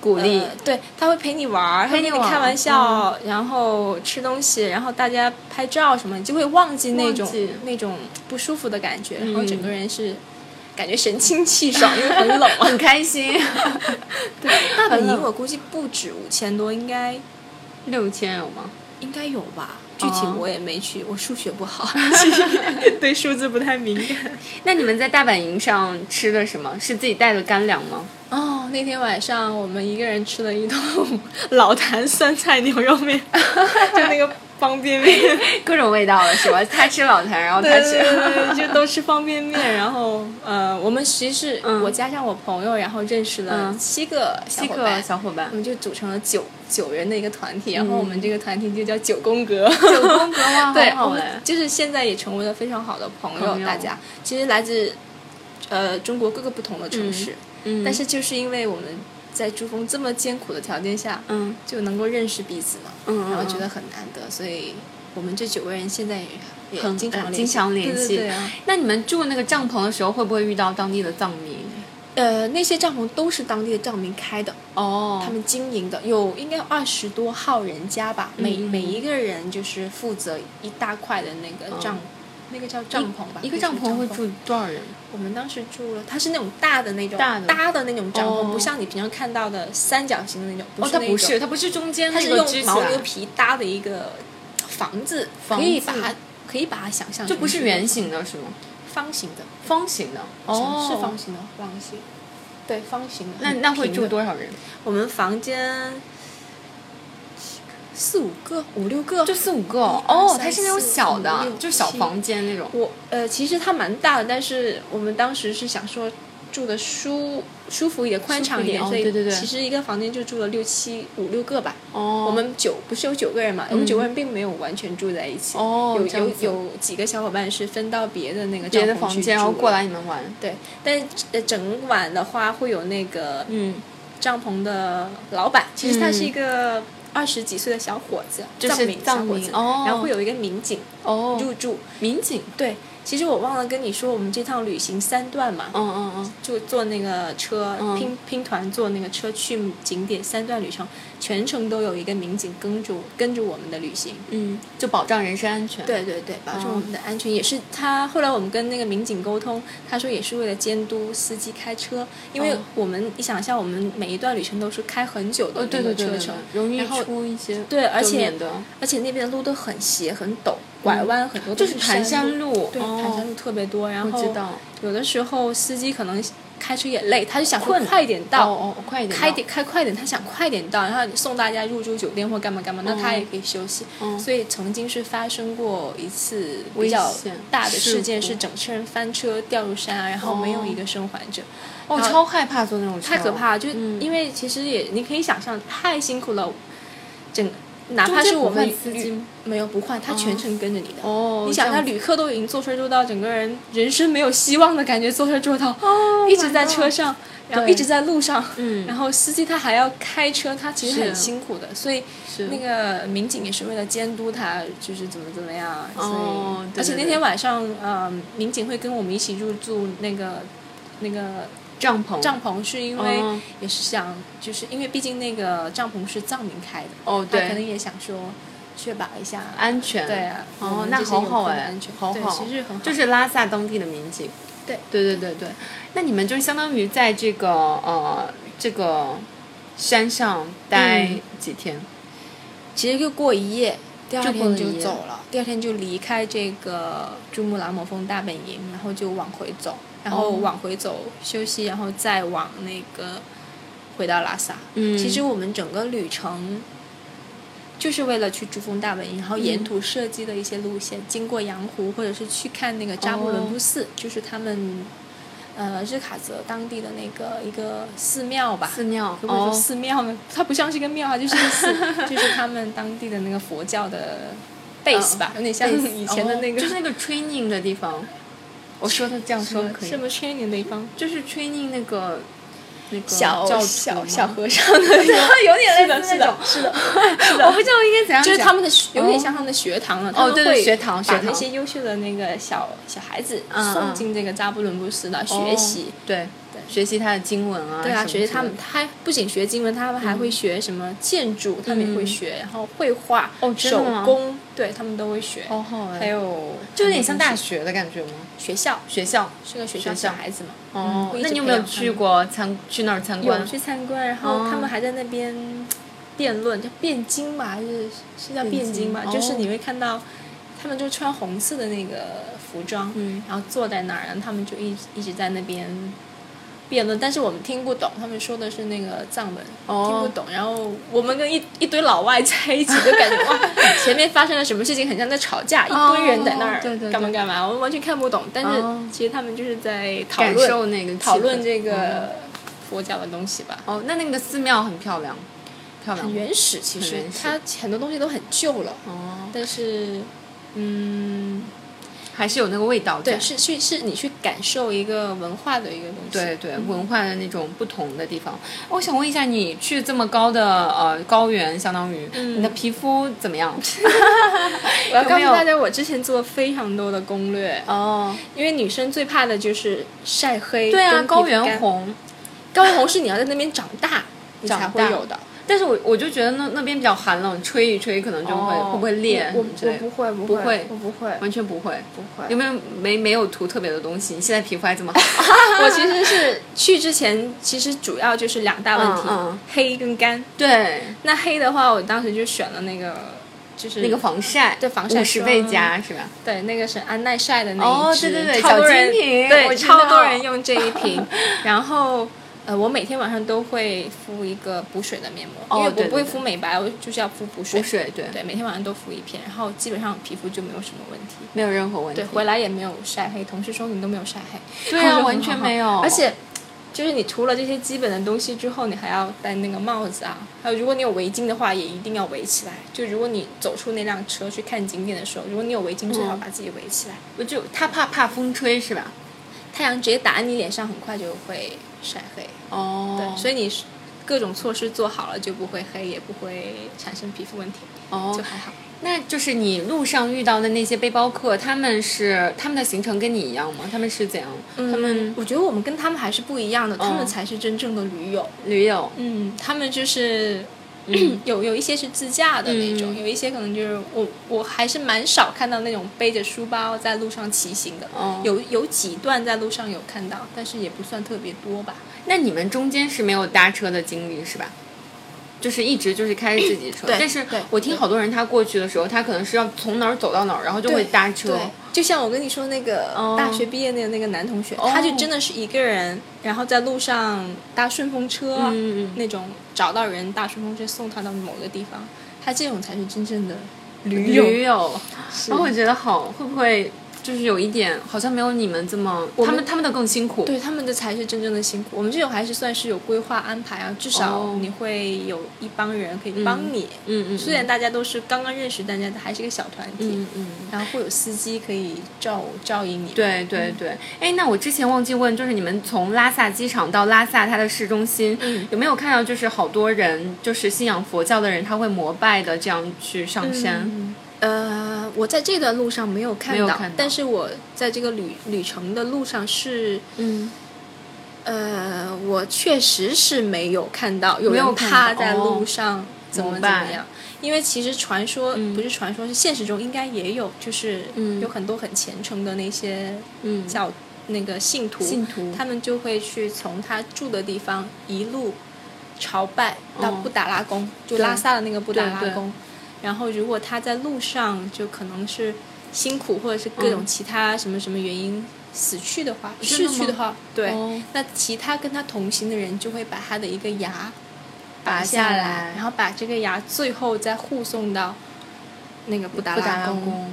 [SPEAKER 1] 鼓
[SPEAKER 2] 呃
[SPEAKER 1] 励、
[SPEAKER 2] 对，他会陪你玩儿，
[SPEAKER 1] 陪
[SPEAKER 2] 陪
[SPEAKER 1] 你
[SPEAKER 2] 你
[SPEAKER 1] 玩儿嗯
[SPEAKER 2] 开玩笑，然后吃东西，然后大家拍照什么，你就会忘记那种
[SPEAKER 1] 忘记嗯
[SPEAKER 2] 那种不舒服的感觉，然后整个人是感觉神清气爽，因为很 冷嘛。
[SPEAKER 1] 很开心。
[SPEAKER 2] 对，大本
[SPEAKER 1] 很
[SPEAKER 2] 营
[SPEAKER 1] 冷
[SPEAKER 2] 我估计不止五千多，应该
[SPEAKER 1] 六千有吗？
[SPEAKER 2] 应该有吧。具体
[SPEAKER 1] 哦
[SPEAKER 2] 我也没去，我数学 不好，对数字不太敏感。
[SPEAKER 1] 那你们在大本营上吃的什么？是自己带的干粮吗？
[SPEAKER 2] 哦，那天晚上我们一个人吃了一桶 老坛酸菜牛肉面，就那个方 便面，
[SPEAKER 1] 各种味道了是吧？他吃老坛，然后他
[SPEAKER 2] 对
[SPEAKER 1] 吃
[SPEAKER 2] 对对， 对就都吃方便面。然后呃，我们其实是、
[SPEAKER 1] 嗯
[SPEAKER 2] 我加上我朋友，然后认识了
[SPEAKER 1] 嗯
[SPEAKER 2] 七个小
[SPEAKER 1] 七
[SPEAKER 2] 伙
[SPEAKER 1] 个
[SPEAKER 2] 伴。
[SPEAKER 1] 小伙伴
[SPEAKER 2] 我，们就组成了九九人的一个团体，然后我们这个团体就叫九宫格。
[SPEAKER 1] 嗯九宫 格哇，
[SPEAKER 2] 对，
[SPEAKER 1] 好
[SPEAKER 2] 我
[SPEAKER 1] 好
[SPEAKER 2] 们
[SPEAKER 1] 哎，
[SPEAKER 2] 就是现在也成为了非常好的朋
[SPEAKER 1] 朋
[SPEAKER 2] 友。
[SPEAKER 1] 友
[SPEAKER 2] 大家其实来自呃中国各个不同的城市，
[SPEAKER 1] 嗯
[SPEAKER 2] 但是就是因为我们在珠峰这么艰苦的条件下，
[SPEAKER 1] 嗯
[SPEAKER 2] 就能够认识彼此嘛，
[SPEAKER 1] 嗯嗯
[SPEAKER 2] 然后觉得很难得，所以我们这九个人现在也也
[SPEAKER 1] 很
[SPEAKER 2] 经常
[SPEAKER 1] 呃
[SPEAKER 2] 联系
[SPEAKER 1] 经常联系
[SPEAKER 2] 对对对啊
[SPEAKER 1] 那你们住那个帐篷的时候，会不会遇到当地的藏民？
[SPEAKER 2] 呃，那些帐篷都是当地的藏民开的，他
[SPEAKER 3] 哦，
[SPEAKER 2] 们经营的有应该有二十多号人家吧，每每一个人就是负责一大块的那个帐，那哦个叫帐篷吧，
[SPEAKER 1] 一个
[SPEAKER 2] 那
[SPEAKER 1] 帐篷会
[SPEAKER 2] 篷
[SPEAKER 1] 住多少人？
[SPEAKER 2] 我们当时住了，它是那种大的那种
[SPEAKER 1] 大的
[SPEAKER 2] 搭的那种帐篷，
[SPEAKER 1] 哦
[SPEAKER 2] 不像你平常看到的三角形的那种，不
[SPEAKER 1] 哦，
[SPEAKER 2] 是
[SPEAKER 1] 它
[SPEAKER 2] 那
[SPEAKER 1] 不
[SPEAKER 2] 种
[SPEAKER 1] 是，它不是中间
[SPEAKER 2] 它
[SPEAKER 1] 那
[SPEAKER 2] 是
[SPEAKER 1] 个
[SPEAKER 2] 用
[SPEAKER 1] 支起
[SPEAKER 2] 牦牛
[SPEAKER 1] 来，
[SPEAKER 2] 皮搭的一个房子，
[SPEAKER 1] 房
[SPEAKER 2] 可以
[SPEAKER 1] 子
[SPEAKER 2] 把它可以把它想象
[SPEAKER 1] 就不
[SPEAKER 2] 成
[SPEAKER 1] 是
[SPEAKER 2] 一个
[SPEAKER 1] 圆形的是吗？
[SPEAKER 2] 方形的，
[SPEAKER 1] 方形的
[SPEAKER 2] 是
[SPEAKER 1] 哦，
[SPEAKER 2] 是方。形的，方形，对方形的。
[SPEAKER 1] 那
[SPEAKER 2] 很
[SPEAKER 1] 那会
[SPEAKER 2] 平
[SPEAKER 1] 住
[SPEAKER 2] 的
[SPEAKER 1] 多少人？
[SPEAKER 2] 我们房间四五个、五六个，
[SPEAKER 1] 就四五个哦
[SPEAKER 2] 一二
[SPEAKER 1] 哦，
[SPEAKER 2] 三
[SPEAKER 1] 它是那种
[SPEAKER 2] 四
[SPEAKER 1] 小
[SPEAKER 2] 五
[SPEAKER 1] 的
[SPEAKER 2] 六，
[SPEAKER 1] 就小
[SPEAKER 2] 七
[SPEAKER 1] 房间那种。
[SPEAKER 2] 我呃，其实它蛮大的，但是我们当时是想说住的舒舒服一点、宽敞一
[SPEAKER 1] 舒服一点哦
[SPEAKER 2] 所以
[SPEAKER 1] 对对对
[SPEAKER 2] 其实一个房间就住了六七五六个吧。
[SPEAKER 1] 哦
[SPEAKER 2] 我们九不是有九个人嘛？我们九个人并没有完全住在一起，
[SPEAKER 1] 哦
[SPEAKER 2] 有
[SPEAKER 1] 这样
[SPEAKER 2] 有
[SPEAKER 1] 子
[SPEAKER 2] 有几个小伙伴是分到别的那个
[SPEAKER 1] 别的
[SPEAKER 2] 帐篷
[SPEAKER 1] 房
[SPEAKER 2] 去
[SPEAKER 1] 间，然后
[SPEAKER 2] 住
[SPEAKER 1] 过
[SPEAKER 2] 了。
[SPEAKER 1] 来你们玩。
[SPEAKER 2] 对，但是呃整晚的话会有那个
[SPEAKER 1] 嗯，
[SPEAKER 2] 帐篷的老板，其实他是
[SPEAKER 1] 嗯
[SPEAKER 2] 一个二十几岁的小伙子，
[SPEAKER 1] 就
[SPEAKER 2] 藏
[SPEAKER 1] 是
[SPEAKER 2] 民
[SPEAKER 1] 藏
[SPEAKER 2] 小伙
[SPEAKER 1] 民
[SPEAKER 2] 子，
[SPEAKER 1] 哦
[SPEAKER 2] 然后会有一个民警
[SPEAKER 1] 哦
[SPEAKER 2] 入住。
[SPEAKER 1] 民警。
[SPEAKER 2] 对，其实我忘了跟你说，我们这趟旅行三段嘛，
[SPEAKER 1] 嗯嗯嗯，
[SPEAKER 2] 就坐那个车、
[SPEAKER 1] 嗯
[SPEAKER 2] 拼拼团坐那个车去景点，三段旅程全程都有一个民警跟着跟着我们的旅行。
[SPEAKER 1] 嗯，就保障人身安全。，
[SPEAKER 2] 对对对，保证
[SPEAKER 1] 嗯
[SPEAKER 2] 我们的安全、也是他。后来我们跟那个民警沟通，他说也是为了监督司机开车，因为
[SPEAKER 1] 哦
[SPEAKER 2] 我们、你想一下，我们每一段旅程都是开很久的
[SPEAKER 1] 呃，
[SPEAKER 2] 那
[SPEAKER 1] 对
[SPEAKER 2] 个
[SPEAKER 1] 对对
[SPEAKER 2] 车
[SPEAKER 1] 对
[SPEAKER 2] 程，
[SPEAKER 1] 对，容易
[SPEAKER 2] 然后
[SPEAKER 1] 出一些
[SPEAKER 2] 对而
[SPEAKER 1] 就
[SPEAKER 2] 且
[SPEAKER 1] 免得
[SPEAKER 2] 而且那边的路都很斜很陡，拐弯很多都
[SPEAKER 1] 就是是盘山
[SPEAKER 2] 路，
[SPEAKER 1] 路，
[SPEAKER 2] 对，
[SPEAKER 1] 哦
[SPEAKER 2] 盘山路特别多。然
[SPEAKER 1] 我
[SPEAKER 2] 后
[SPEAKER 1] 知道，
[SPEAKER 2] 有的时候司机可能开车也累，他就想说
[SPEAKER 1] 困
[SPEAKER 2] 快一点到，
[SPEAKER 1] 哦哦，快一点，
[SPEAKER 2] 开，点开快点，他想快点到，然后送大家入住酒店或干嘛干嘛，那他也可以休息。
[SPEAKER 1] 嗯
[SPEAKER 2] 所以曾经是发生过一次
[SPEAKER 1] 危
[SPEAKER 2] 比较
[SPEAKER 1] 险
[SPEAKER 2] 大的事件，
[SPEAKER 1] 事故
[SPEAKER 2] 是整车人翻车掉入山啊，然后没有一个生还者，
[SPEAKER 1] 哦，
[SPEAKER 2] 然后
[SPEAKER 1] 超害怕坐那种车，
[SPEAKER 2] 太可怕了。就
[SPEAKER 1] 嗯
[SPEAKER 2] 因为其实也你可以想象，太辛苦了，整哪
[SPEAKER 1] 中
[SPEAKER 2] 怕
[SPEAKER 1] 间
[SPEAKER 2] 是
[SPEAKER 1] 不
[SPEAKER 2] 我们
[SPEAKER 1] 换司
[SPEAKER 2] 旅
[SPEAKER 1] 机吗
[SPEAKER 2] 没有不换，他全程跟着你的。
[SPEAKER 1] 哦。
[SPEAKER 2] 你想，
[SPEAKER 1] 这
[SPEAKER 2] 他
[SPEAKER 1] 样
[SPEAKER 2] 旅客都已经坐车坐到，整个人人生没有希望的感觉，坐车坐到，
[SPEAKER 1] 哦
[SPEAKER 2] 一直在车上，然后
[SPEAKER 1] 对
[SPEAKER 2] 一直在路上，
[SPEAKER 1] 嗯
[SPEAKER 2] 然后司机他还要开车，他其实
[SPEAKER 1] 是
[SPEAKER 2] 很辛苦的，所以
[SPEAKER 1] 是
[SPEAKER 2] 那个民警也是为了监督他，就是怎么怎么样，啊所以、
[SPEAKER 1] 哦对
[SPEAKER 2] 而且
[SPEAKER 1] 对
[SPEAKER 2] 那
[SPEAKER 1] 对
[SPEAKER 2] 天晚上，呃，民警会跟我们一起入住那个那个
[SPEAKER 1] 帐篷，
[SPEAKER 2] 帐篷，是因为
[SPEAKER 1] 嗯
[SPEAKER 2] 也是想，就是因为毕竟那个帐篷是藏民开的，
[SPEAKER 1] 哦
[SPEAKER 2] 他可能
[SPEAKER 1] 对，
[SPEAKER 2] 也想说确保一下
[SPEAKER 1] 安全，
[SPEAKER 2] 对啊，我
[SPEAKER 1] 哦
[SPEAKER 2] 们，
[SPEAKER 1] 那
[SPEAKER 2] 这些
[SPEAKER 1] 好
[SPEAKER 2] 游
[SPEAKER 1] 好
[SPEAKER 2] 客的
[SPEAKER 1] 哎
[SPEAKER 2] 安全，
[SPEAKER 1] 好
[SPEAKER 2] 对
[SPEAKER 1] 好，
[SPEAKER 2] 其实很好，
[SPEAKER 1] 就是拉萨当地的民警。
[SPEAKER 2] 对
[SPEAKER 1] 对对对对，那你们就相当于在这个呃这个山上待
[SPEAKER 2] 嗯
[SPEAKER 1] 几天？
[SPEAKER 2] 其实就过一夜，第
[SPEAKER 1] 就
[SPEAKER 2] 二
[SPEAKER 1] 过
[SPEAKER 2] 天
[SPEAKER 1] 了
[SPEAKER 2] 就
[SPEAKER 1] 一夜
[SPEAKER 2] 走了，第二天就离开这个珠穆朗玛峰大本营，然后就往回走，然后
[SPEAKER 1] 哦
[SPEAKER 2] 往回走休息，然后再往那个回到拉萨。
[SPEAKER 1] 嗯
[SPEAKER 2] 其实我们整个旅程。就是为了去珠峰大本营，然后沿途设计的一些路线，经过羊湖，或者是去看那个扎布伦布寺，
[SPEAKER 1] 哦
[SPEAKER 2] 就是他们，呃，日喀则当地的那个一个寺庙吧，
[SPEAKER 1] 寺庙
[SPEAKER 2] 如果说寺庙呢，它不像是一个庙，它就是一个 寺，就是他们当地的那个佛教的嗯 base 吧，有点像以前的那个
[SPEAKER 1] 哦就是那个 training 的地方。我说的这样说可以
[SPEAKER 2] 什
[SPEAKER 1] 吗，
[SPEAKER 2] 么 training 那一方，
[SPEAKER 1] 就是 training 那个那个
[SPEAKER 2] 小
[SPEAKER 1] 教徒
[SPEAKER 2] 小
[SPEAKER 1] 吗
[SPEAKER 2] 小和尚的 那个
[SPEAKER 1] 有点
[SPEAKER 2] 是
[SPEAKER 1] 类
[SPEAKER 2] 的，
[SPEAKER 1] 似
[SPEAKER 2] 是
[SPEAKER 1] 那种
[SPEAKER 2] 的，，是的，
[SPEAKER 1] 我不知 道应该怎样讲，
[SPEAKER 2] 就是他们的学，有点
[SPEAKER 1] 哦
[SPEAKER 2] 像他们的学堂了。
[SPEAKER 1] 哦对对
[SPEAKER 2] 他们会
[SPEAKER 1] 学堂学
[SPEAKER 2] 把
[SPEAKER 1] 堂
[SPEAKER 2] 那些优秀的那个小小孩子
[SPEAKER 1] 嗯嗯
[SPEAKER 2] 送进这个扎布伦布寺来
[SPEAKER 1] 哦
[SPEAKER 2] 学习。
[SPEAKER 1] 对
[SPEAKER 2] 对
[SPEAKER 1] 学习他的经文啊，
[SPEAKER 2] 对啊，
[SPEAKER 1] 什么
[SPEAKER 2] 学习他
[SPEAKER 1] 之类
[SPEAKER 2] 们，
[SPEAKER 1] 的
[SPEAKER 2] 他不仅学经文，他们还会学什么建筑，他们也会学，然后绘画、
[SPEAKER 1] 哦真的
[SPEAKER 2] 手
[SPEAKER 1] 吗
[SPEAKER 2] 工，对他们都会学。
[SPEAKER 1] 好好哎，
[SPEAKER 2] 还有
[SPEAKER 1] 就有点像大
[SPEAKER 2] 学
[SPEAKER 1] 学的感觉吗？
[SPEAKER 2] 学校，
[SPEAKER 1] 学校
[SPEAKER 2] 是个学
[SPEAKER 1] 学
[SPEAKER 2] 校
[SPEAKER 1] 校
[SPEAKER 2] 小孩子嘛。嗯
[SPEAKER 1] 哦，
[SPEAKER 2] 会一
[SPEAKER 1] 那
[SPEAKER 2] 直
[SPEAKER 1] 你有
[SPEAKER 2] 培
[SPEAKER 1] 没有
[SPEAKER 2] 养他
[SPEAKER 1] 去
[SPEAKER 2] 们
[SPEAKER 1] 过参去那儿参观
[SPEAKER 2] 有？去参观，然
[SPEAKER 1] 哦
[SPEAKER 2] 后他们还在那边嗯辩论，叫辩经嘛，还是是叫
[SPEAKER 1] 辩
[SPEAKER 2] 辩经嘛？
[SPEAKER 1] 经
[SPEAKER 2] 就是
[SPEAKER 1] 哦
[SPEAKER 2] 你会看到他们就穿红色的那个服装，
[SPEAKER 1] 嗯
[SPEAKER 2] 然后坐在那儿，然后他们就一直一直在那边辩论，但是我们听不懂，他们说的是那个藏文，
[SPEAKER 1] 哦
[SPEAKER 2] 听不懂。然后我们跟一一堆老外在一起，就感觉 哇，前面发生了什么事情，很像在吵架，
[SPEAKER 1] 哦
[SPEAKER 2] 一堆人在那儿、
[SPEAKER 1] 对对对
[SPEAKER 2] 干嘛干嘛，我们完全看不懂。但是
[SPEAKER 1] 哦
[SPEAKER 2] 其实他们就是在讨
[SPEAKER 1] 感
[SPEAKER 2] 论。
[SPEAKER 1] 受那个气
[SPEAKER 2] 讨
[SPEAKER 1] 氛
[SPEAKER 2] 论这
[SPEAKER 1] 哦
[SPEAKER 2] 个佛教的东西吧。
[SPEAKER 1] 哦，那那个寺庙很漂亮，漂亮
[SPEAKER 2] 很原始，其
[SPEAKER 1] 很
[SPEAKER 2] 实
[SPEAKER 1] 原始
[SPEAKER 2] 它很多东西都很旧了，
[SPEAKER 1] 哦，
[SPEAKER 2] 但是，嗯，
[SPEAKER 1] 还是有那个味道在
[SPEAKER 2] 对，是去是你去感受一个文化的一个东西。
[SPEAKER 1] 对对，文化的那种不同的地方。哦我想问一下，你去这么高的呃高原，相当于、
[SPEAKER 2] 嗯
[SPEAKER 1] 你的皮肤怎么样？
[SPEAKER 2] 我要
[SPEAKER 1] 有
[SPEAKER 2] 告
[SPEAKER 1] 没
[SPEAKER 2] 诉
[SPEAKER 1] 有
[SPEAKER 2] 大家，我之前做了非常多的攻略，
[SPEAKER 1] 哦，
[SPEAKER 2] 因为女生最怕的就是晒 黑，
[SPEAKER 1] 对啊，
[SPEAKER 2] 跟皮肤
[SPEAKER 1] 高原
[SPEAKER 2] 干。
[SPEAKER 1] 红，
[SPEAKER 2] 高原红是你要在那边长大，你才
[SPEAKER 1] 长
[SPEAKER 2] 会
[SPEAKER 1] 大
[SPEAKER 2] 有的。
[SPEAKER 1] 但是我我就觉得那那边比较寒冷，吹一吹可能就会、
[SPEAKER 4] 哦
[SPEAKER 1] 会不会裂
[SPEAKER 4] 我
[SPEAKER 1] 之
[SPEAKER 4] 我
[SPEAKER 1] 类的
[SPEAKER 4] 不会，不
[SPEAKER 1] 不
[SPEAKER 4] 会
[SPEAKER 1] 会，
[SPEAKER 4] 我不会，
[SPEAKER 1] 完全不会。
[SPEAKER 4] 不会
[SPEAKER 1] 有。没有没没有涂特别的东西？你现在皮肤还这 么好？
[SPEAKER 2] 我其实是去之前，其实主要就是两大问题，
[SPEAKER 1] 嗯嗯
[SPEAKER 2] 黑跟干。
[SPEAKER 1] 对，
[SPEAKER 2] 那黑的话，我当时就选了那个，就是
[SPEAKER 1] 那个防晒，
[SPEAKER 2] 对防晒
[SPEAKER 1] 五十倍
[SPEAKER 2] 霜啊
[SPEAKER 1] 加是吧？
[SPEAKER 2] 对，那个是安耐晒的那
[SPEAKER 1] 哦
[SPEAKER 2] 一支，
[SPEAKER 1] 对对对
[SPEAKER 2] 超
[SPEAKER 1] 小
[SPEAKER 2] 多人
[SPEAKER 1] 金瓶我
[SPEAKER 2] 对，
[SPEAKER 1] 知
[SPEAKER 2] 超多
[SPEAKER 1] 道
[SPEAKER 2] 人用这 一瓶。然后，呃，我每天晚上都会敷一个补水的面膜，
[SPEAKER 1] 哦
[SPEAKER 2] 因为
[SPEAKER 1] 对对
[SPEAKER 2] 我不会
[SPEAKER 1] 对
[SPEAKER 2] 敷美白，我就是要敷补水。
[SPEAKER 1] 补水对，
[SPEAKER 2] 对，每天晚上都敷一片，然后基本上皮肤就没有什么问题。
[SPEAKER 1] 没有任何问题。
[SPEAKER 2] 对，回来也没有晒黑，同事说你都没有晒黑，
[SPEAKER 1] 对
[SPEAKER 2] 然
[SPEAKER 1] 啊，
[SPEAKER 2] 后就很
[SPEAKER 1] 完
[SPEAKER 2] 好
[SPEAKER 1] 全
[SPEAKER 2] 看
[SPEAKER 1] 没有。
[SPEAKER 2] 而且。就是你除了这些基本的东西之后，你还要戴那个帽子啊，还有如果你有围巾的话，也一定要围起来。就如果你走出那辆车去看景点的时候，如果你有围巾，最好把自己围起来。
[SPEAKER 1] 我就他怕怕风吹是吧？
[SPEAKER 2] 太阳直接打在你脸上，很快就会晒黑。
[SPEAKER 1] 哦
[SPEAKER 2] 对，所
[SPEAKER 1] 以
[SPEAKER 2] 以你各种措施做好了，就不会黑，也不会产生皮肤问题，就
[SPEAKER 1] 哦，
[SPEAKER 2] 还好。
[SPEAKER 1] 那就是你路上遇到的那些背包客，他们是他们的行程跟你一样吗？他们是怎样？他们
[SPEAKER 2] 嗯
[SPEAKER 1] 哦
[SPEAKER 2] 我觉得我们跟他们还是不一样的，他们才是真正的驴友。
[SPEAKER 1] 驴友
[SPEAKER 2] 嗯，他们就是。 有有一些是自驾的那种，
[SPEAKER 1] 嗯
[SPEAKER 2] 有一些可能就是我我还是蛮少看到那种背着书包在路上骑行的，
[SPEAKER 1] 哦
[SPEAKER 2] 有有几段在路上有看到，但是也不算特别多吧。
[SPEAKER 1] 那你们中间是没有搭车的经历是吧？就是一直就是开着自己车，
[SPEAKER 2] 对
[SPEAKER 1] 但是
[SPEAKER 2] 对
[SPEAKER 1] 我听好多人他过去的时候，他可能是要从哪儿走到哪儿，然后就会搭车
[SPEAKER 2] 对，就像我跟你说那个
[SPEAKER 1] 哦
[SPEAKER 2] 大学毕业的那个男同学，
[SPEAKER 1] 哦
[SPEAKER 2] 他就真的是一个人，然后在路上搭顺风车、
[SPEAKER 1] 嗯嗯
[SPEAKER 2] 那种找到人搭顺风车送他到某个地方，他这种才是真正的驴友。
[SPEAKER 1] 驴友。然后我觉得好，会不会就是有一点好像没有你们这么，
[SPEAKER 2] 我
[SPEAKER 1] 他
[SPEAKER 2] 们
[SPEAKER 1] 们他们的更辛苦。
[SPEAKER 2] 对他们的才是真正的辛苦，我们这种还是算是有规划安排啊，至少
[SPEAKER 1] 哦
[SPEAKER 2] 你会有一帮人可以帮你。
[SPEAKER 1] 嗯嗯，
[SPEAKER 2] 虽然大家都是刚刚认识，但家还是个小团体，
[SPEAKER 1] 嗯嗯。
[SPEAKER 2] 然后会有司机可以照照应你。
[SPEAKER 1] 对对对，哎，那我之前忘记问，就是你们从拉萨机场到拉萨它的市中心，
[SPEAKER 2] 嗯
[SPEAKER 1] 有没有看到就是好多人就是信仰佛教的人，他会膜拜的这样去上山？
[SPEAKER 2] 嗯呃，我在这段路上没有看
[SPEAKER 1] 没有
[SPEAKER 2] 到，
[SPEAKER 1] 看到
[SPEAKER 2] 但是我在这个旅旅程的路上是，
[SPEAKER 1] 嗯，
[SPEAKER 2] 呃，我确实是没有看到有
[SPEAKER 1] 没有
[SPEAKER 2] 人
[SPEAKER 1] 看
[SPEAKER 2] 趴
[SPEAKER 1] 到
[SPEAKER 2] 在
[SPEAKER 1] 哦
[SPEAKER 2] 路上怎么
[SPEAKER 1] 明
[SPEAKER 2] 怎
[SPEAKER 1] 白
[SPEAKER 2] 么样。因为其实传说、
[SPEAKER 1] 嗯
[SPEAKER 2] 不是传说，是现实中应该也有，就是
[SPEAKER 1] 嗯
[SPEAKER 2] 有很多很虔诚的那些
[SPEAKER 1] 嗯
[SPEAKER 2] 教、那个信徒，
[SPEAKER 1] 信徒
[SPEAKER 2] 他们就会去从他住的地方一路朝拜到
[SPEAKER 1] 哦
[SPEAKER 2] 布达拉宫，就
[SPEAKER 1] 对
[SPEAKER 2] 拉萨的那个布达
[SPEAKER 1] 对
[SPEAKER 2] 拉
[SPEAKER 1] 对
[SPEAKER 2] 宫。然后如果他在路上就可能是辛苦或者是各种其他什么什么原因死去的话，
[SPEAKER 1] 嗯真的
[SPEAKER 2] 逝
[SPEAKER 1] 吗
[SPEAKER 2] 去的话，对，
[SPEAKER 1] 哦
[SPEAKER 2] 那其他跟他同行的人就会把他的一个牙
[SPEAKER 1] 拔
[SPEAKER 2] 下
[SPEAKER 1] 下来
[SPEAKER 2] 然后把这个牙最后再护送到那个布达
[SPEAKER 1] 布达
[SPEAKER 2] 拉
[SPEAKER 1] 拉
[SPEAKER 2] 宫。
[SPEAKER 1] 宫，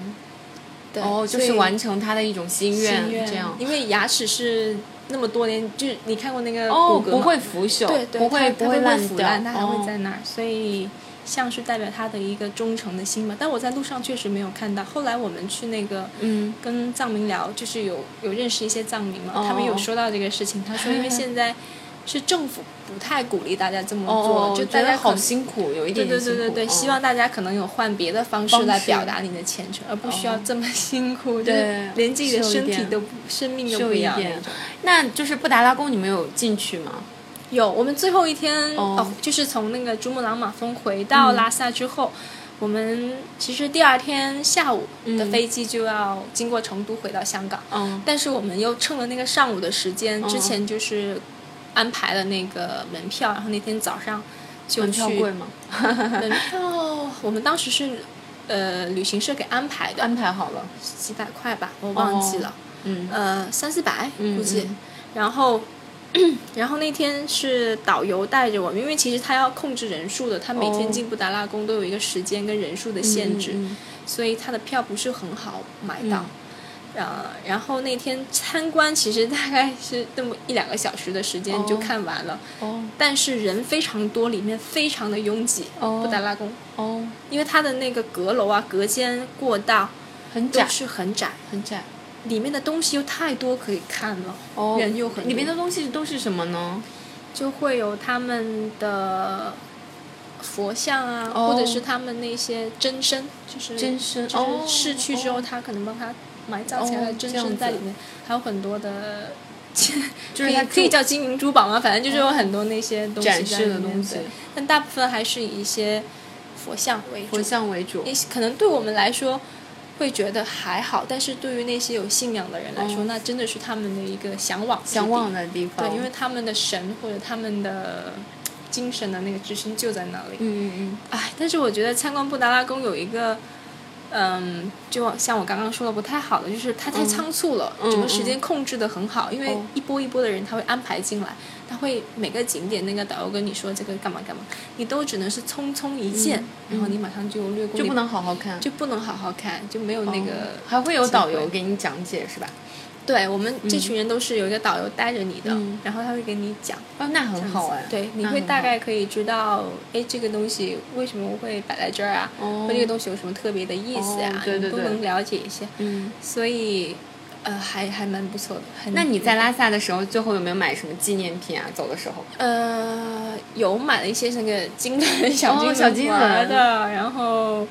[SPEAKER 2] 对，
[SPEAKER 1] 哦，就
[SPEAKER 2] 所
[SPEAKER 1] 是
[SPEAKER 2] 以
[SPEAKER 1] 完成他的一种心愿，
[SPEAKER 2] 心愿
[SPEAKER 1] 这样。
[SPEAKER 2] 因为牙齿是那么多年，就是你看过那个
[SPEAKER 1] 哦，
[SPEAKER 2] 骨骼
[SPEAKER 1] 不
[SPEAKER 2] 吗
[SPEAKER 1] 会腐朽，
[SPEAKER 2] 对对，
[SPEAKER 1] 不会
[SPEAKER 2] 它它
[SPEAKER 1] 不会烂
[SPEAKER 2] 腐
[SPEAKER 1] 掉，
[SPEAKER 2] 烂，它还会在
[SPEAKER 1] 哦、
[SPEAKER 2] 那儿，所以像是代表他的一个忠诚的心吧。但我在路上确实没有看到。后来我们去那个
[SPEAKER 1] 嗯，
[SPEAKER 2] 跟藏民聊，就是有有认识一些藏民嘛，
[SPEAKER 1] 哦
[SPEAKER 2] 他们有说到这个事情，他说因为现在是政府不太鼓励大家这么做，
[SPEAKER 1] 哦，
[SPEAKER 2] 就
[SPEAKER 1] 觉
[SPEAKER 2] 大
[SPEAKER 1] 得
[SPEAKER 2] 家
[SPEAKER 1] 好
[SPEAKER 2] 可能
[SPEAKER 1] 辛苦，有一
[SPEAKER 2] 对
[SPEAKER 1] 点
[SPEAKER 2] 对
[SPEAKER 1] 辛
[SPEAKER 2] 对
[SPEAKER 1] 苦
[SPEAKER 2] 对对，
[SPEAKER 1] 嗯
[SPEAKER 2] 希望大家可能有换别的方式
[SPEAKER 1] 方
[SPEAKER 2] 来
[SPEAKER 1] 式
[SPEAKER 2] 表达你的虔诚，而不需要
[SPEAKER 1] 哦
[SPEAKER 2] 这么辛苦，就
[SPEAKER 1] 对
[SPEAKER 2] 是连自己的
[SPEAKER 1] 是有一
[SPEAKER 2] 身体
[SPEAKER 1] 点
[SPEAKER 2] 都不、生命
[SPEAKER 1] 是
[SPEAKER 2] 都
[SPEAKER 1] 有
[SPEAKER 2] 不
[SPEAKER 1] 一
[SPEAKER 2] 要那
[SPEAKER 1] 点
[SPEAKER 2] 种。
[SPEAKER 1] 那就是布达拉宫，你们有进去吗？
[SPEAKER 2] 有，哦我们最后一天
[SPEAKER 1] 哦
[SPEAKER 2] 哦就是从那个珠穆朗玛峰回到拉萨之后，我们其实第二天下午的
[SPEAKER 1] 嗯
[SPEAKER 2] 飞机就要经过成都回到香港，
[SPEAKER 1] 嗯，
[SPEAKER 2] 但是我们又趁了那个上午的时间，
[SPEAKER 1] 哦
[SPEAKER 2] 之前就是安排了那个门票，然后那天早上就
[SPEAKER 1] 门
[SPEAKER 2] 去
[SPEAKER 1] 票贵吗？
[SPEAKER 2] 门票我们当时是呃旅行社给安排的，
[SPEAKER 1] 安排好了，
[SPEAKER 2] 几百块吧，
[SPEAKER 1] 哦
[SPEAKER 2] 我忘记了，
[SPEAKER 1] 嗯，
[SPEAKER 2] 呃三四百
[SPEAKER 1] 嗯
[SPEAKER 2] 估计，
[SPEAKER 1] 嗯
[SPEAKER 2] 然后。 然后那天是导游带着我们，因为其实他要控制人数的，他每
[SPEAKER 1] 哦
[SPEAKER 2] 天进布达拉宫都有一个时间跟人数的限制，
[SPEAKER 1] 嗯嗯
[SPEAKER 2] 所以他的票不是很好买
[SPEAKER 1] 嗯
[SPEAKER 2] 到。呃，然后那天参观其实大概是那么一两个小时的时间
[SPEAKER 1] 哦
[SPEAKER 2] 就看完了，
[SPEAKER 1] 哦
[SPEAKER 2] 但是人非常多，里面非常的拥挤。
[SPEAKER 1] 哦
[SPEAKER 2] 布达拉宫，
[SPEAKER 1] 哦，
[SPEAKER 2] 因为它的那个阁楼啊、隔间、过道
[SPEAKER 1] 很
[SPEAKER 2] 都
[SPEAKER 1] 窄
[SPEAKER 2] 是很窄，
[SPEAKER 1] 很窄，
[SPEAKER 2] 里面的东西又太多可以看了，
[SPEAKER 1] 哦，
[SPEAKER 2] 人又很多
[SPEAKER 1] 里面的东西都是什么呢？
[SPEAKER 2] 就会有他们的佛像啊，
[SPEAKER 1] 哦
[SPEAKER 2] 或者是他们那些真身，就是
[SPEAKER 1] 真身
[SPEAKER 2] 就是逝去之后，
[SPEAKER 1] 哦
[SPEAKER 2] 他可能帮他埋葬起来
[SPEAKER 1] 哦
[SPEAKER 2] 的真
[SPEAKER 1] 这样
[SPEAKER 2] 身
[SPEAKER 1] 子
[SPEAKER 2] 在里面，还有很多的就
[SPEAKER 5] 可
[SPEAKER 2] 是
[SPEAKER 5] 以
[SPEAKER 2] 它
[SPEAKER 5] 可
[SPEAKER 2] 可
[SPEAKER 5] 以
[SPEAKER 2] 以
[SPEAKER 5] 叫
[SPEAKER 2] 叫金银珠宝嘛，反正就是有很多那些东西
[SPEAKER 1] 哦展示的
[SPEAKER 2] 在里面
[SPEAKER 1] 东西
[SPEAKER 2] 对但大部分还是以一些佛像为主
[SPEAKER 1] 佛。像为主
[SPEAKER 2] 也，许可能对我们来说会觉得还好，但是对于那些有信仰的人来说，
[SPEAKER 1] 嗯
[SPEAKER 2] 那真的是他们的一个向往之地
[SPEAKER 1] 相望的地方。
[SPEAKER 2] 对，因为他们的神或者他们的精神的那个支撑就在那里。
[SPEAKER 1] 嗯嗯
[SPEAKER 2] 哎，但是我觉得参观布达拉宫有一个，嗯，就像我刚刚说的不太好的，就是它太仓促了，
[SPEAKER 1] 嗯
[SPEAKER 2] 整个时间控制的很好，因为
[SPEAKER 1] 哦
[SPEAKER 2] 一波一波的人他会安排进来，他会每个景点那个导游跟你说这个干嘛干嘛，你都只能是匆匆一见，然后你马上就略
[SPEAKER 1] 嗯，
[SPEAKER 2] 过，
[SPEAKER 1] 就不
[SPEAKER 2] 你
[SPEAKER 1] 能好好看。
[SPEAKER 2] 就不能好好看，就没有那个
[SPEAKER 1] 哦。还会有导游
[SPEAKER 2] 机会
[SPEAKER 1] 给你讲解是吧？
[SPEAKER 2] 对我们这群人都是有一个导游带着你的，
[SPEAKER 1] 嗯
[SPEAKER 2] 然后他会给你讲。
[SPEAKER 1] 哦，那很好哎。
[SPEAKER 2] 对，你
[SPEAKER 1] 那
[SPEAKER 2] 会
[SPEAKER 1] 很
[SPEAKER 2] 大
[SPEAKER 1] 好
[SPEAKER 2] 概可以知道，哎，这个东西为什么会摆在这儿啊？
[SPEAKER 1] 哦
[SPEAKER 2] 或这个东西有什么特别的意思啊
[SPEAKER 1] 哦？对对
[SPEAKER 2] 你都
[SPEAKER 1] 对
[SPEAKER 2] 能了解一些。
[SPEAKER 1] 嗯。
[SPEAKER 2] 所以，呃，还还蛮不错的。很
[SPEAKER 1] 那你在拉萨的时候，最后有没有买什么纪念品啊？走的时候，
[SPEAKER 2] 呃有买了一些那个金的小金
[SPEAKER 1] 哦小金
[SPEAKER 2] 玩儿
[SPEAKER 1] 轮
[SPEAKER 2] 的，然后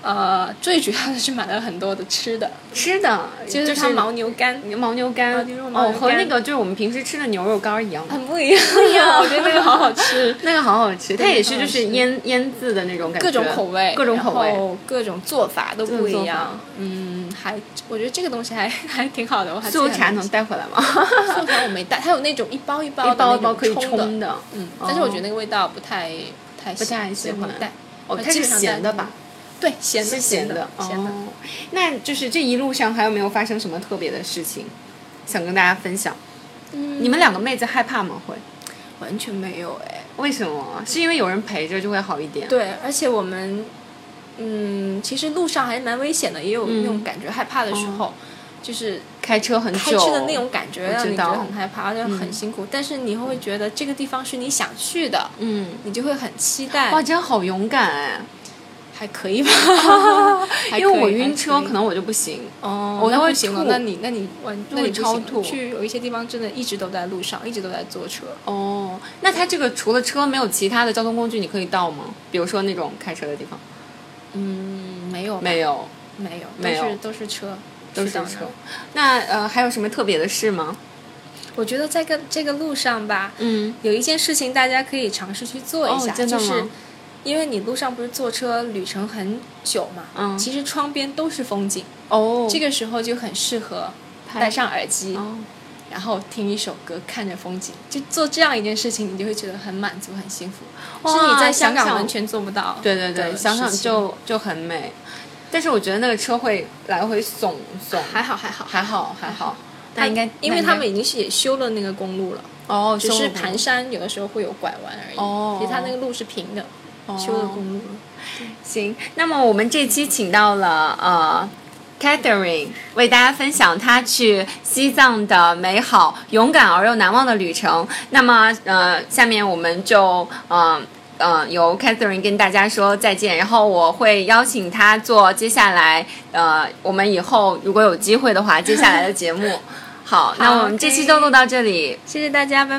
[SPEAKER 2] 呃，最主要的是买了很多的吃的，
[SPEAKER 1] 吃的
[SPEAKER 2] 就是它牦牛干。
[SPEAKER 1] 牦牛
[SPEAKER 2] 牦
[SPEAKER 1] 干
[SPEAKER 2] 啊牛肉牦
[SPEAKER 1] 哦，
[SPEAKER 2] 牛
[SPEAKER 1] 和那
[SPEAKER 2] 干
[SPEAKER 1] 个就是我们平时吃的牛肉干儿一样吗？
[SPEAKER 2] 很不一样，不一 样，我觉得那个好好吃。
[SPEAKER 1] 那个好好吃，它也是
[SPEAKER 2] 很
[SPEAKER 1] 就
[SPEAKER 2] 好
[SPEAKER 1] 是
[SPEAKER 2] 吃
[SPEAKER 1] 腌腌制的那种感觉，
[SPEAKER 2] 各种口味，
[SPEAKER 1] 各种口
[SPEAKER 2] 然
[SPEAKER 1] 味。
[SPEAKER 2] 后各种做法都不
[SPEAKER 1] 各
[SPEAKER 2] 一
[SPEAKER 1] 种做
[SPEAKER 2] 样。嗯，还我觉得这个东西还 还挺好的，我还
[SPEAKER 1] 酥油
[SPEAKER 2] 记得
[SPEAKER 1] 茶
[SPEAKER 2] 很
[SPEAKER 1] 能带回来吗？
[SPEAKER 2] 素茶我没带，它有那种一包一包的
[SPEAKER 1] 一包一包可以
[SPEAKER 2] 哦那种冲
[SPEAKER 1] 冲。的，
[SPEAKER 2] 嗯，
[SPEAKER 1] 哦
[SPEAKER 2] 但是我觉得那个味道不太不太
[SPEAKER 1] 不太喜欢
[SPEAKER 2] 所以没带
[SPEAKER 1] 哦，
[SPEAKER 2] 我
[SPEAKER 1] 它
[SPEAKER 2] 呃基
[SPEAKER 1] 是
[SPEAKER 2] 本上
[SPEAKER 1] 咸
[SPEAKER 2] 带
[SPEAKER 1] 的吧？
[SPEAKER 2] 对，咸的
[SPEAKER 1] 是咸
[SPEAKER 2] 的
[SPEAKER 1] 的
[SPEAKER 2] 咸的。
[SPEAKER 1] 哦。那就是这一路上还有没有发生什么特别的事情，想跟大家分享？
[SPEAKER 2] 嗯
[SPEAKER 1] 你们两个妹子害怕吗？会？
[SPEAKER 2] 完全没有哎。
[SPEAKER 1] 为什么？是因为有人陪着就会好一点？
[SPEAKER 2] 对，而且我们，嗯，其实路上还蛮危险的，也有那种
[SPEAKER 1] 嗯哦
[SPEAKER 2] 感觉害怕的时候，就是
[SPEAKER 1] 开车很久，
[SPEAKER 2] 开车的那种感觉
[SPEAKER 1] 我
[SPEAKER 2] 让
[SPEAKER 1] 知
[SPEAKER 2] 你觉得
[SPEAKER 1] 道嗯
[SPEAKER 2] 很害怕，而且很辛苦。但是你会觉得这个地方是你想去的，
[SPEAKER 1] 嗯，
[SPEAKER 2] 你就会很期待。
[SPEAKER 1] 哇，真好勇敢哎！
[SPEAKER 2] 还可 以吧？还
[SPEAKER 1] 因为
[SPEAKER 2] 可
[SPEAKER 1] 我
[SPEAKER 2] 以
[SPEAKER 1] 晕车，
[SPEAKER 2] 还
[SPEAKER 1] 可能我就不行。
[SPEAKER 2] 以哦，
[SPEAKER 1] 我
[SPEAKER 2] 那
[SPEAKER 1] 会
[SPEAKER 2] 不行了。
[SPEAKER 1] 吐
[SPEAKER 2] 那你那你完，那
[SPEAKER 1] 会
[SPEAKER 2] 你不
[SPEAKER 1] 超
[SPEAKER 2] 行了
[SPEAKER 1] 吐
[SPEAKER 2] 去有一些地方真的一直都在路上，一直都在坐车。
[SPEAKER 1] 哦，那它这个除了车，没有其他的交通工具你可以到吗？比如说那种开车的地方，
[SPEAKER 2] 嗯，没有吧
[SPEAKER 1] 没有，
[SPEAKER 2] 没有，
[SPEAKER 1] 没有
[SPEAKER 2] 都是都是车，
[SPEAKER 1] 都是
[SPEAKER 2] 去到那
[SPEAKER 1] 车
[SPEAKER 2] 儿。
[SPEAKER 1] 那呃，还有什么特别的事吗？
[SPEAKER 2] 我觉得在个这个路上吧，
[SPEAKER 1] 嗯，
[SPEAKER 2] 有一件事情大家可以尝试去做一
[SPEAKER 1] 哦
[SPEAKER 2] 下，
[SPEAKER 1] 真的
[SPEAKER 2] 就
[SPEAKER 1] 吗
[SPEAKER 2] 是因为你路上不是坐车旅程很久嘛，
[SPEAKER 1] 嗯
[SPEAKER 2] 其实窗边都是风景，
[SPEAKER 1] 哦，
[SPEAKER 2] 这个时候就很适合
[SPEAKER 1] 拍
[SPEAKER 2] 戴上耳机，
[SPEAKER 1] 哦，
[SPEAKER 2] 然后听一首歌，看着风景，就做这样一件事情，你就会觉得很满足、很幸福。是
[SPEAKER 1] 哇
[SPEAKER 2] 你在香
[SPEAKER 1] 想
[SPEAKER 2] 港
[SPEAKER 1] 想
[SPEAKER 2] 完全做不到的事
[SPEAKER 1] 对
[SPEAKER 2] 情。
[SPEAKER 1] 对对，想想就就很美。但是我觉得那个车会来回耸耸，
[SPEAKER 2] 还好还好，
[SPEAKER 1] 还好还好。
[SPEAKER 2] 它
[SPEAKER 1] 那应该，
[SPEAKER 2] 因为他
[SPEAKER 1] 那
[SPEAKER 2] 们
[SPEAKER 1] 应
[SPEAKER 2] 已经是也修了那个公路了，
[SPEAKER 1] 该哦，
[SPEAKER 2] 只
[SPEAKER 1] 修
[SPEAKER 2] 是
[SPEAKER 1] 路公路
[SPEAKER 2] 盘山有的时候会有拐弯而已。
[SPEAKER 1] 哦
[SPEAKER 2] 其实它那个路是平的，修了公路了。
[SPEAKER 1] 行，那么我们这期请到了呃。Catherine 为大家分享她去西藏的美好、勇敢而又难忘的旅程。那么，呃，下面我们就，嗯、呃、嗯、由 Catherine 跟大家说再见。然后我会邀请她做接下来，呃，我们以后如果有机会的话，接下来的节目。好，那我们这期就录到这里，
[SPEAKER 2] 谢谢大家，拜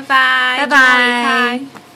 [SPEAKER 1] 拜
[SPEAKER 2] 拜，周末愉快
[SPEAKER 1] 拜。